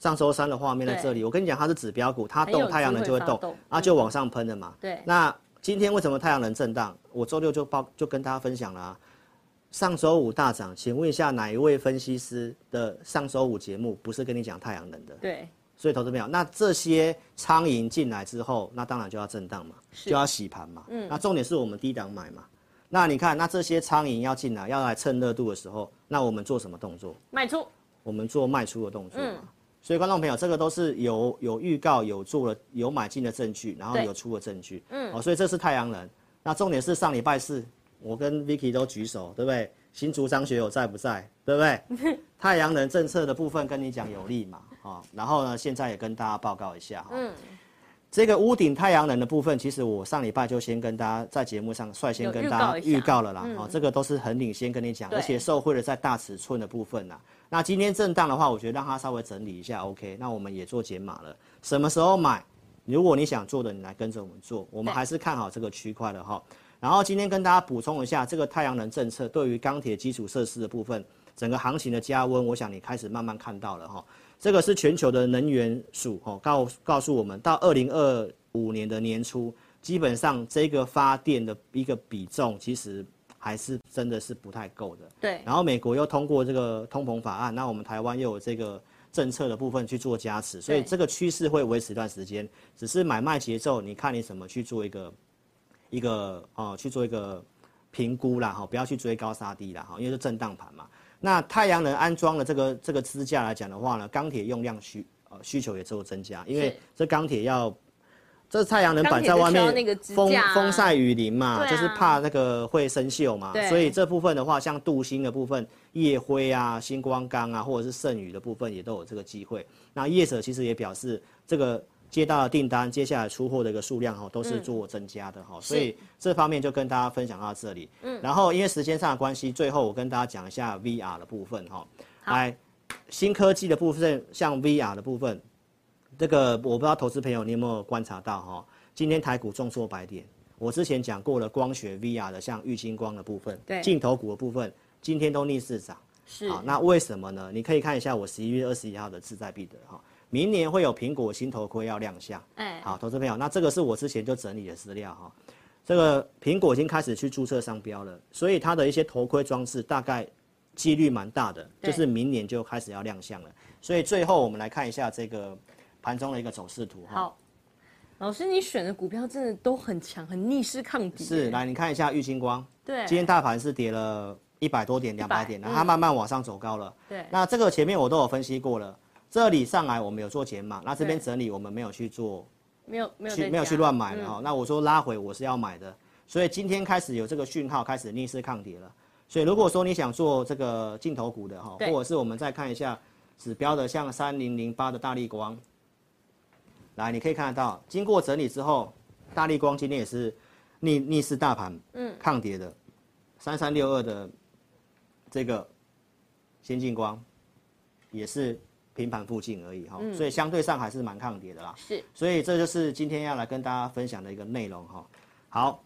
[SPEAKER 2] 上周三的画面在这里，我跟你讲它是指标股，它
[SPEAKER 1] 很有
[SPEAKER 2] 动太阳能就会
[SPEAKER 1] 机会发
[SPEAKER 2] 动
[SPEAKER 1] 动，嗯
[SPEAKER 2] 啊就往上喷的嘛。
[SPEAKER 1] 对
[SPEAKER 2] 那今天为什么太阳能震荡？我周六就报就跟大家分享了、啊，上周五大涨，请问一下哪一位分析师的上周五节目不是跟你讲太阳能的？
[SPEAKER 1] 对，
[SPEAKER 2] 所以投资朋友，那这些苍蝇进来之后，那当然就要震荡嘛，就要洗盘嘛。嗯，那重点是我们低档买嘛。那你看，那这些苍蝇要进来，要来趁热度的时候，那我们做什么动作？
[SPEAKER 1] 卖出
[SPEAKER 2] 我们做卖出的动作嘛。
[SPEAKER 1] 嗯
[SPEAKER 2] 所以观众朋友，这个都是有有预告、有做了、有买进的证据，然后
[SPEAKER 1] 对
[SPEAKER 2] 有出的证据。嗯，哦，所以这是太阳人。那重点是上礼拜四，我跟 Vicky 都举手，对不对？新竹张学友在不在？对 不对？太阳能政策的部分跟你讲有利嘛，哦，然后呢，现在也跟大家报告一下哈、嗯，这个屋顶太阳能的部分，其实我上礼拜就先跟大家在节目上率先
[SPEAKER 1] 有
[SPEAKER 2] 跟
[SPEAKER 1] 预
[SPEAKER 2] 大
[SPEAKER 1] 告
[SPEAKER 2] 家
[SPEAKER 1] 一下
[SPEAKER 2] 预告了啦，哦，这个都是很领先跟你讲，
[SPEAKER 1] 嗯对
[SPEAKER 2] 而且受惠的在大尺寸的部分呐、那今天震荡的话，我觉得让它稍微整理一下，OK。那我们也做减码了，什么时候买？如果你想做的，你来跟着我们做，我们
[SPEAKER 1] 对
[SPEAKER 2] 还是看好这个区块的哈。然后今天跟大家补充一下，这个太阳能政策对于钢铁基础设施的部分，整个行情的加温，我想你开始慢慢看到了哈。这个是全球的能源署哦告告诉我们，到二零二五年的年初，基本上这个发电的一个比重其实还是真的是不太够的。
[SPEAKER 1] 对
[SPEAKER 2] 然后美国又通过这个通膨法案，那我们台湾又有这个政策的部分去做加持，所以
[SPEAKER 1] 对
[SPEAKER 2] 这个趋势会维持一段时间。只是买卖节奏，你看你怎么去做一个一个哦、去做一个评估啦哈、不要去追高杀低啦哈、因为是震荡盘嘛。那太阳能安装的这个这个支架来讲的话呢，钢铁用量需呃需求也只有增加，因为
[SPEAKER 1] 是
[SPEAKER 2] 这钢铁要这太阳能板在外
[SPEAKER 1] 钢铁就需
[SPEAKER 2] 面
[SPEAKER 1] 要那个支
[SPEAKER 2] 风
[SPEAKER 1] 架啊
[SPEAKER 2] 风晒雨淋嘛，
[SPEAKER 1] 对啊
[SPEAKER 2] 就是怕那个会生锈嘛
[SPEAKER 1] 对。
[SPEAKER 2] 所以这部分的话，像镀锌的部分、夜辉啊、星光钢啊，或者是剩余的部分，也都有这个机会。那业者其实也表示，这个接到的订单，接下来出货的一个数量哈，都是做增加的哈、哦所以这方面就跟大家分享到这里。嗯，然后因为时间上的关系，最后我跟大家讲一下 VR 的部分哈。来，新科技的部分，像 VR 的部分，这个我不知道投资朋友你有没有观察到哈？今天台股重挫百点，我之前讲过了，光学 VR 的像玉金光的部分，
[SPEAKER 1] 对嗯
[SPEAKER 2] 镜头股的部分，今天都逆势涨。
[SPEAKER 1] 是
[SPEAKER 2] 好，那为什么呢？你可以看一下我十一月二十一号的志在必得哈，明年会有苹果新头盔要亮相。
[SPEAKER 1] 哎
[SPEAKER 2] 好，投资朋友，那这个是我之前就整理的资料哈。这个苹果已经开始去注册商标了，所以它的一些头盔装置大概几率蛮大的，
[SPEAKER 1] 对
[SPEAKER 2] 就是明年就开始要亮相了。所以最后我们来看一下这个盘中的一个走势图哈。
[SPEAKER 1] 好，老师你选的股票真的都很强，很逆势抗跌。
[SPEAKER 2] 是，来你看一下玉金光，
[SPEAKER 1] 对，
[SPEAKER 2] 今天大盘是跌了一百多点、两百点，
[SPEAKER 1] 100
[SPEAKER 2] 然后它慢慢往上走高了。
[SPEAKER 1] 对
[SPEAKER 2] 那这个前面我都有分析过了，这里上来我们有做减码，那这边
[SPEAKER 1] 对
[SPEAKER 2] 整理我们没有去做
[SPEAKER 1] 没有没有
[SPEAKER 2] 去
[SPEAKER 1] 在
[SPEAKER 2] 没有
[SPEAKER 1] 加嗯
[SPEAKER 2] 去乱买了哈、那我说拉回我是要买的，所以今天开始有这个讯号开始逆势抗跌了。所以如果说你想做这个镜头股的哈，
[SPEAKER 1] 对
[SPEAKER 2] 或者是我们再看一下指标的，像三零零八的大力光，来你可以看得到，经过整理之后，大力光今天也是逆逆势大盘嗯抗跌的，三三六二的这个先进光也是平盘附近而已哈、
[SPEAKER 1] 嗯
[SPEAKER 2] 所以相对上还是蛮抗跌的啦。
[SPEAKER 1] 是
[SPEAKER 2] 所以这就是今天要来跟大家分享的一个内容哈。好，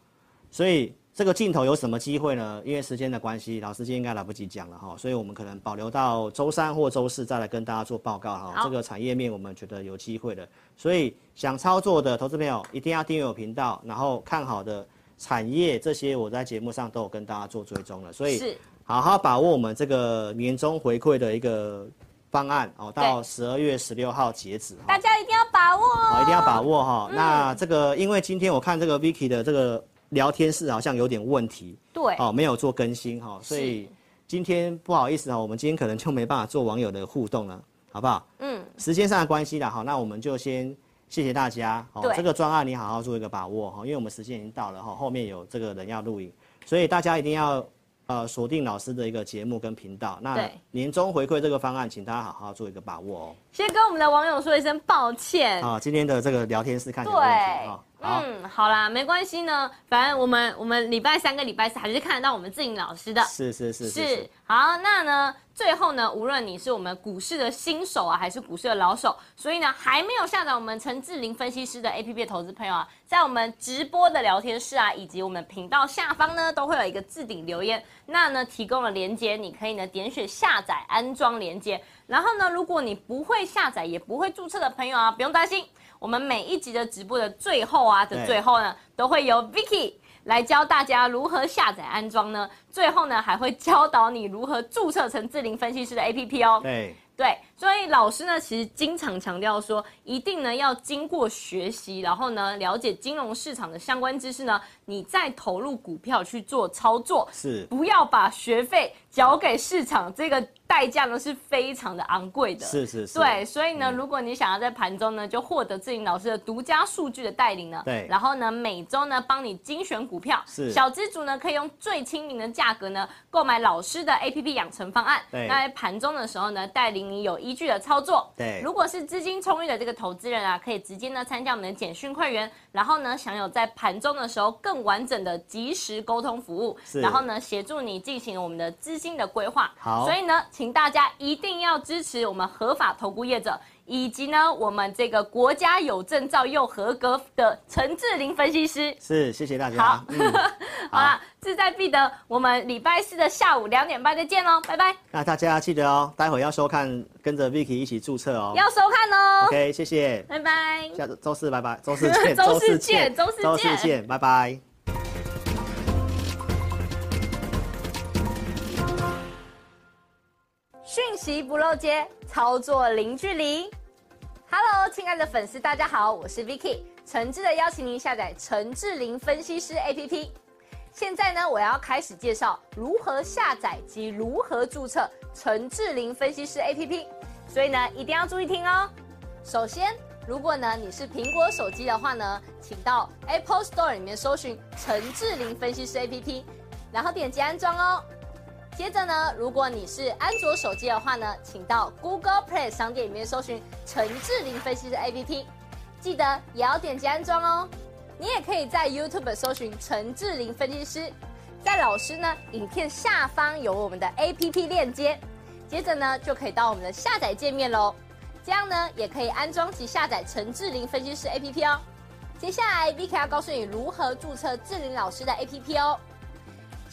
[SPEAKER 2] 所以这个镜头有什么机会呢？因为时间的关系，老师今天应该来不及讲了哈，所以我们可能保留到周三或周四再来跟大家做报告哈。
[SPEAKER 1] 好
[SPEAKER 2] 这个产业面我们觉得有机会的，所以想操作的投资朋友一定要订阅我频道，然后看好的产业这些我在节目上都有跟大家做追踪了，所以
[SPEAKER 1] 是
[SPEAKER 2] 好好把握我们这个年终回馈的一个方案哦，到十二月十六号截止哈。
[SPEAKER 1] 大家一定要把握哦，
[SPEAKER 2] 好，一定要把握哈。
[SPEAKER 1] 嗯
[SPEAKER 2] 那这个，因为今天我看这个 Vicky 的这个聊天室好像有点问题，
[SPEAKER 1] 对，
[SPEAKER 2] 哦，没有做更新哈，所以今天不好意思哈，我们今天可能就没办法做网友的互动了，好不好？
[SPEAKER 1] 嗯，
[SPEAKER 2] 时间上的关系啦，好，那我们就先谢谢大家。哦
[SPEAKER 1] 对，
[SPEAKER 2] 这个专案你好好做一个把握哈，因为我们时间已经到了哈，后面有这个人要录影，所以大家一定要。呃，锁定老师的一个节目跟频道，那
[SPEAKER 1] 对
[SPEAKER 2] 年终回馈这个方案，请大家好好做一个把握哦。
[SPEAKER 1] 先跟我们的网友说一声抱歉。
[SPEAKER 2] 啊，今天的这个聊天室看起来有问题
[SPEAKER 1] 对
[SPEAKER 2] 哈，，好。
[SPEAKER 1] 嗯，好啦，没关系呢，反正我们我们礼拜三跟礼拜四还是看得到我们志颖老师的，
[SPEAKER 2] 是是是是
[SPEAKER 1] 是
[SPEAKER 2] 是，
[SPEAKER 1] 好，那呢，最后呢，无论你是我们股市的新手啊，还是股市的老手，所以呢，还没有下载我们陈志玲分析师的 APP 的投资朋友啊，在我们直播的聊天室啊，以及我们频道下方呢，都会有一个置顶留言，那呢，提供了连接，你可以呢点选下载安装连接，然后呢，如果你不会下载也不会注册的朋友啊，不用担心，我们每一集的直播的最后啊的
[SPEAKER 2] 对
[SPEAKER 1] 最后呢，都会由 Vicky。来教大家如何下载安装呢？最后呢，还会教导你如何注册成志玲分析师的 APP 哦。
[SPEAKER 2] 对，
[SPEAKER 1] 对，所以老师呢，其实经常强调说，一定呢要经过学习，然后呢了解金融市场的相关知识呢，你再投入股票去做操作，
[SPEAKER 2] 是
[SPEAKER 1] 不要把学费交给市场，这个代价呢是非常的昂贵的。
[SPEAKER 2] 是是是，嗯
[SPEAKER 1] 对，，所以呢，如果你想要在盘中呢就获得志颖老师的独家数据的带领呢，
[SPEAKER 2] 对
[SPEAKER 1] 然后呢每周呢帮你精选股票，
[SPEAKER 2] 是
[SPEAKER 1] 小资主呢可以用最亲民的价格呢购买老师的 APP 养成方案，
[SPEAKER 2] 对
[SPEAKER 1] 那在盘中的时候呢带领你有依据的操作，
[SPEAKER 2] 对
[SPEAKER 1] 如果是资金充裕的这个投资人啊，可以直接呢参加我们的简讯会员，然后呢享有在盘中的时候更完整的及时沟通服务，
[SPEAKER 2] 是
[SPEAKER 1] 然后呢协助你进行我们的资金的规划，
[SPEAKER 2] 好
[SPEAKER 1] 所以。所以呢，请大家一定要支持我们合法投顾业者，以及呢我们这个国家有证照又合格的陈志玲分析师。
[SPEAKER 2] 是，谢谢大家。
[SPEAKER 1] 好
[SPEAKER 2] 嗯，
[SPEAKER 1] 好啦，志在必得，我们礼拜四的下午两点半再见喽，拜拜，
[SPEAKER 2] 那大家记得哦，待会要收看，跟着 Vicky 一起注册哦。
[SPEAKER 1] 要收看哦，
[SPEAKER 2] OK，谢谢，
[SPEAKER 1] 拜拜。
[SPEAKER 2] 下周周四拜拜，周四见，
[SPEAKER 1] 周四
[SPEAKER 2] 四
[SPEAKER 1] 见周四
[SPEAKER 2] 周四
[SPEAKER 1] 见
[SPEAKER 2] 见，拜拜。
[SPEAKER 1] 讯息不漏接，操作零距离。Hello，亲爱的粉丝，大家好，我是 Vicky，诚挚的邀请您下载陈志玲分析师 APP。现在呢，我要开始介绍如何下载及如何注册陈志玲分析师 APP，所以呢，一定要注意听哦。首先，如果呢你是苹果手机的话呢，请到 Apple Store 里面搜寻陈志玲分析师 APP，然后点击安装哦。接着呢，如果你是安卓手机的话呢，请到 Google Play 商店里面搜寻陈志玲分析师 APP，记得也要点击安装哦。你也可以在 YouTube 搜寻陈志玲分析师，在老师呢影片下方有我们的 APP 链接，接着呢就可以到我们的下载界面喽。这样呢也可以安装及下载陈志玲分析师 APP 哦。接下来 Vicky 要告诉你如何注册志玲老师的 APP 哦。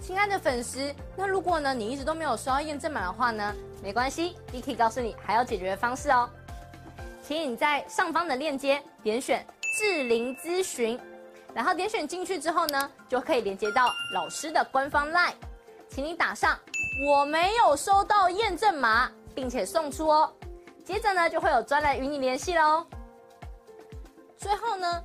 [SPEAKER 1] 亲爱的粉丝，那如果呢你一直都没有收到验证码的话呢，没关系，Vicky 告诉你还有解决方式哦。请你在上方的链接点选智灵咨询，然后点选进去之后呢，就可以连接到老师的官方 LINE，请你打上我没有收到验证码，并且送出哦。接着呢，就会有专人与你联系喽。最后呢，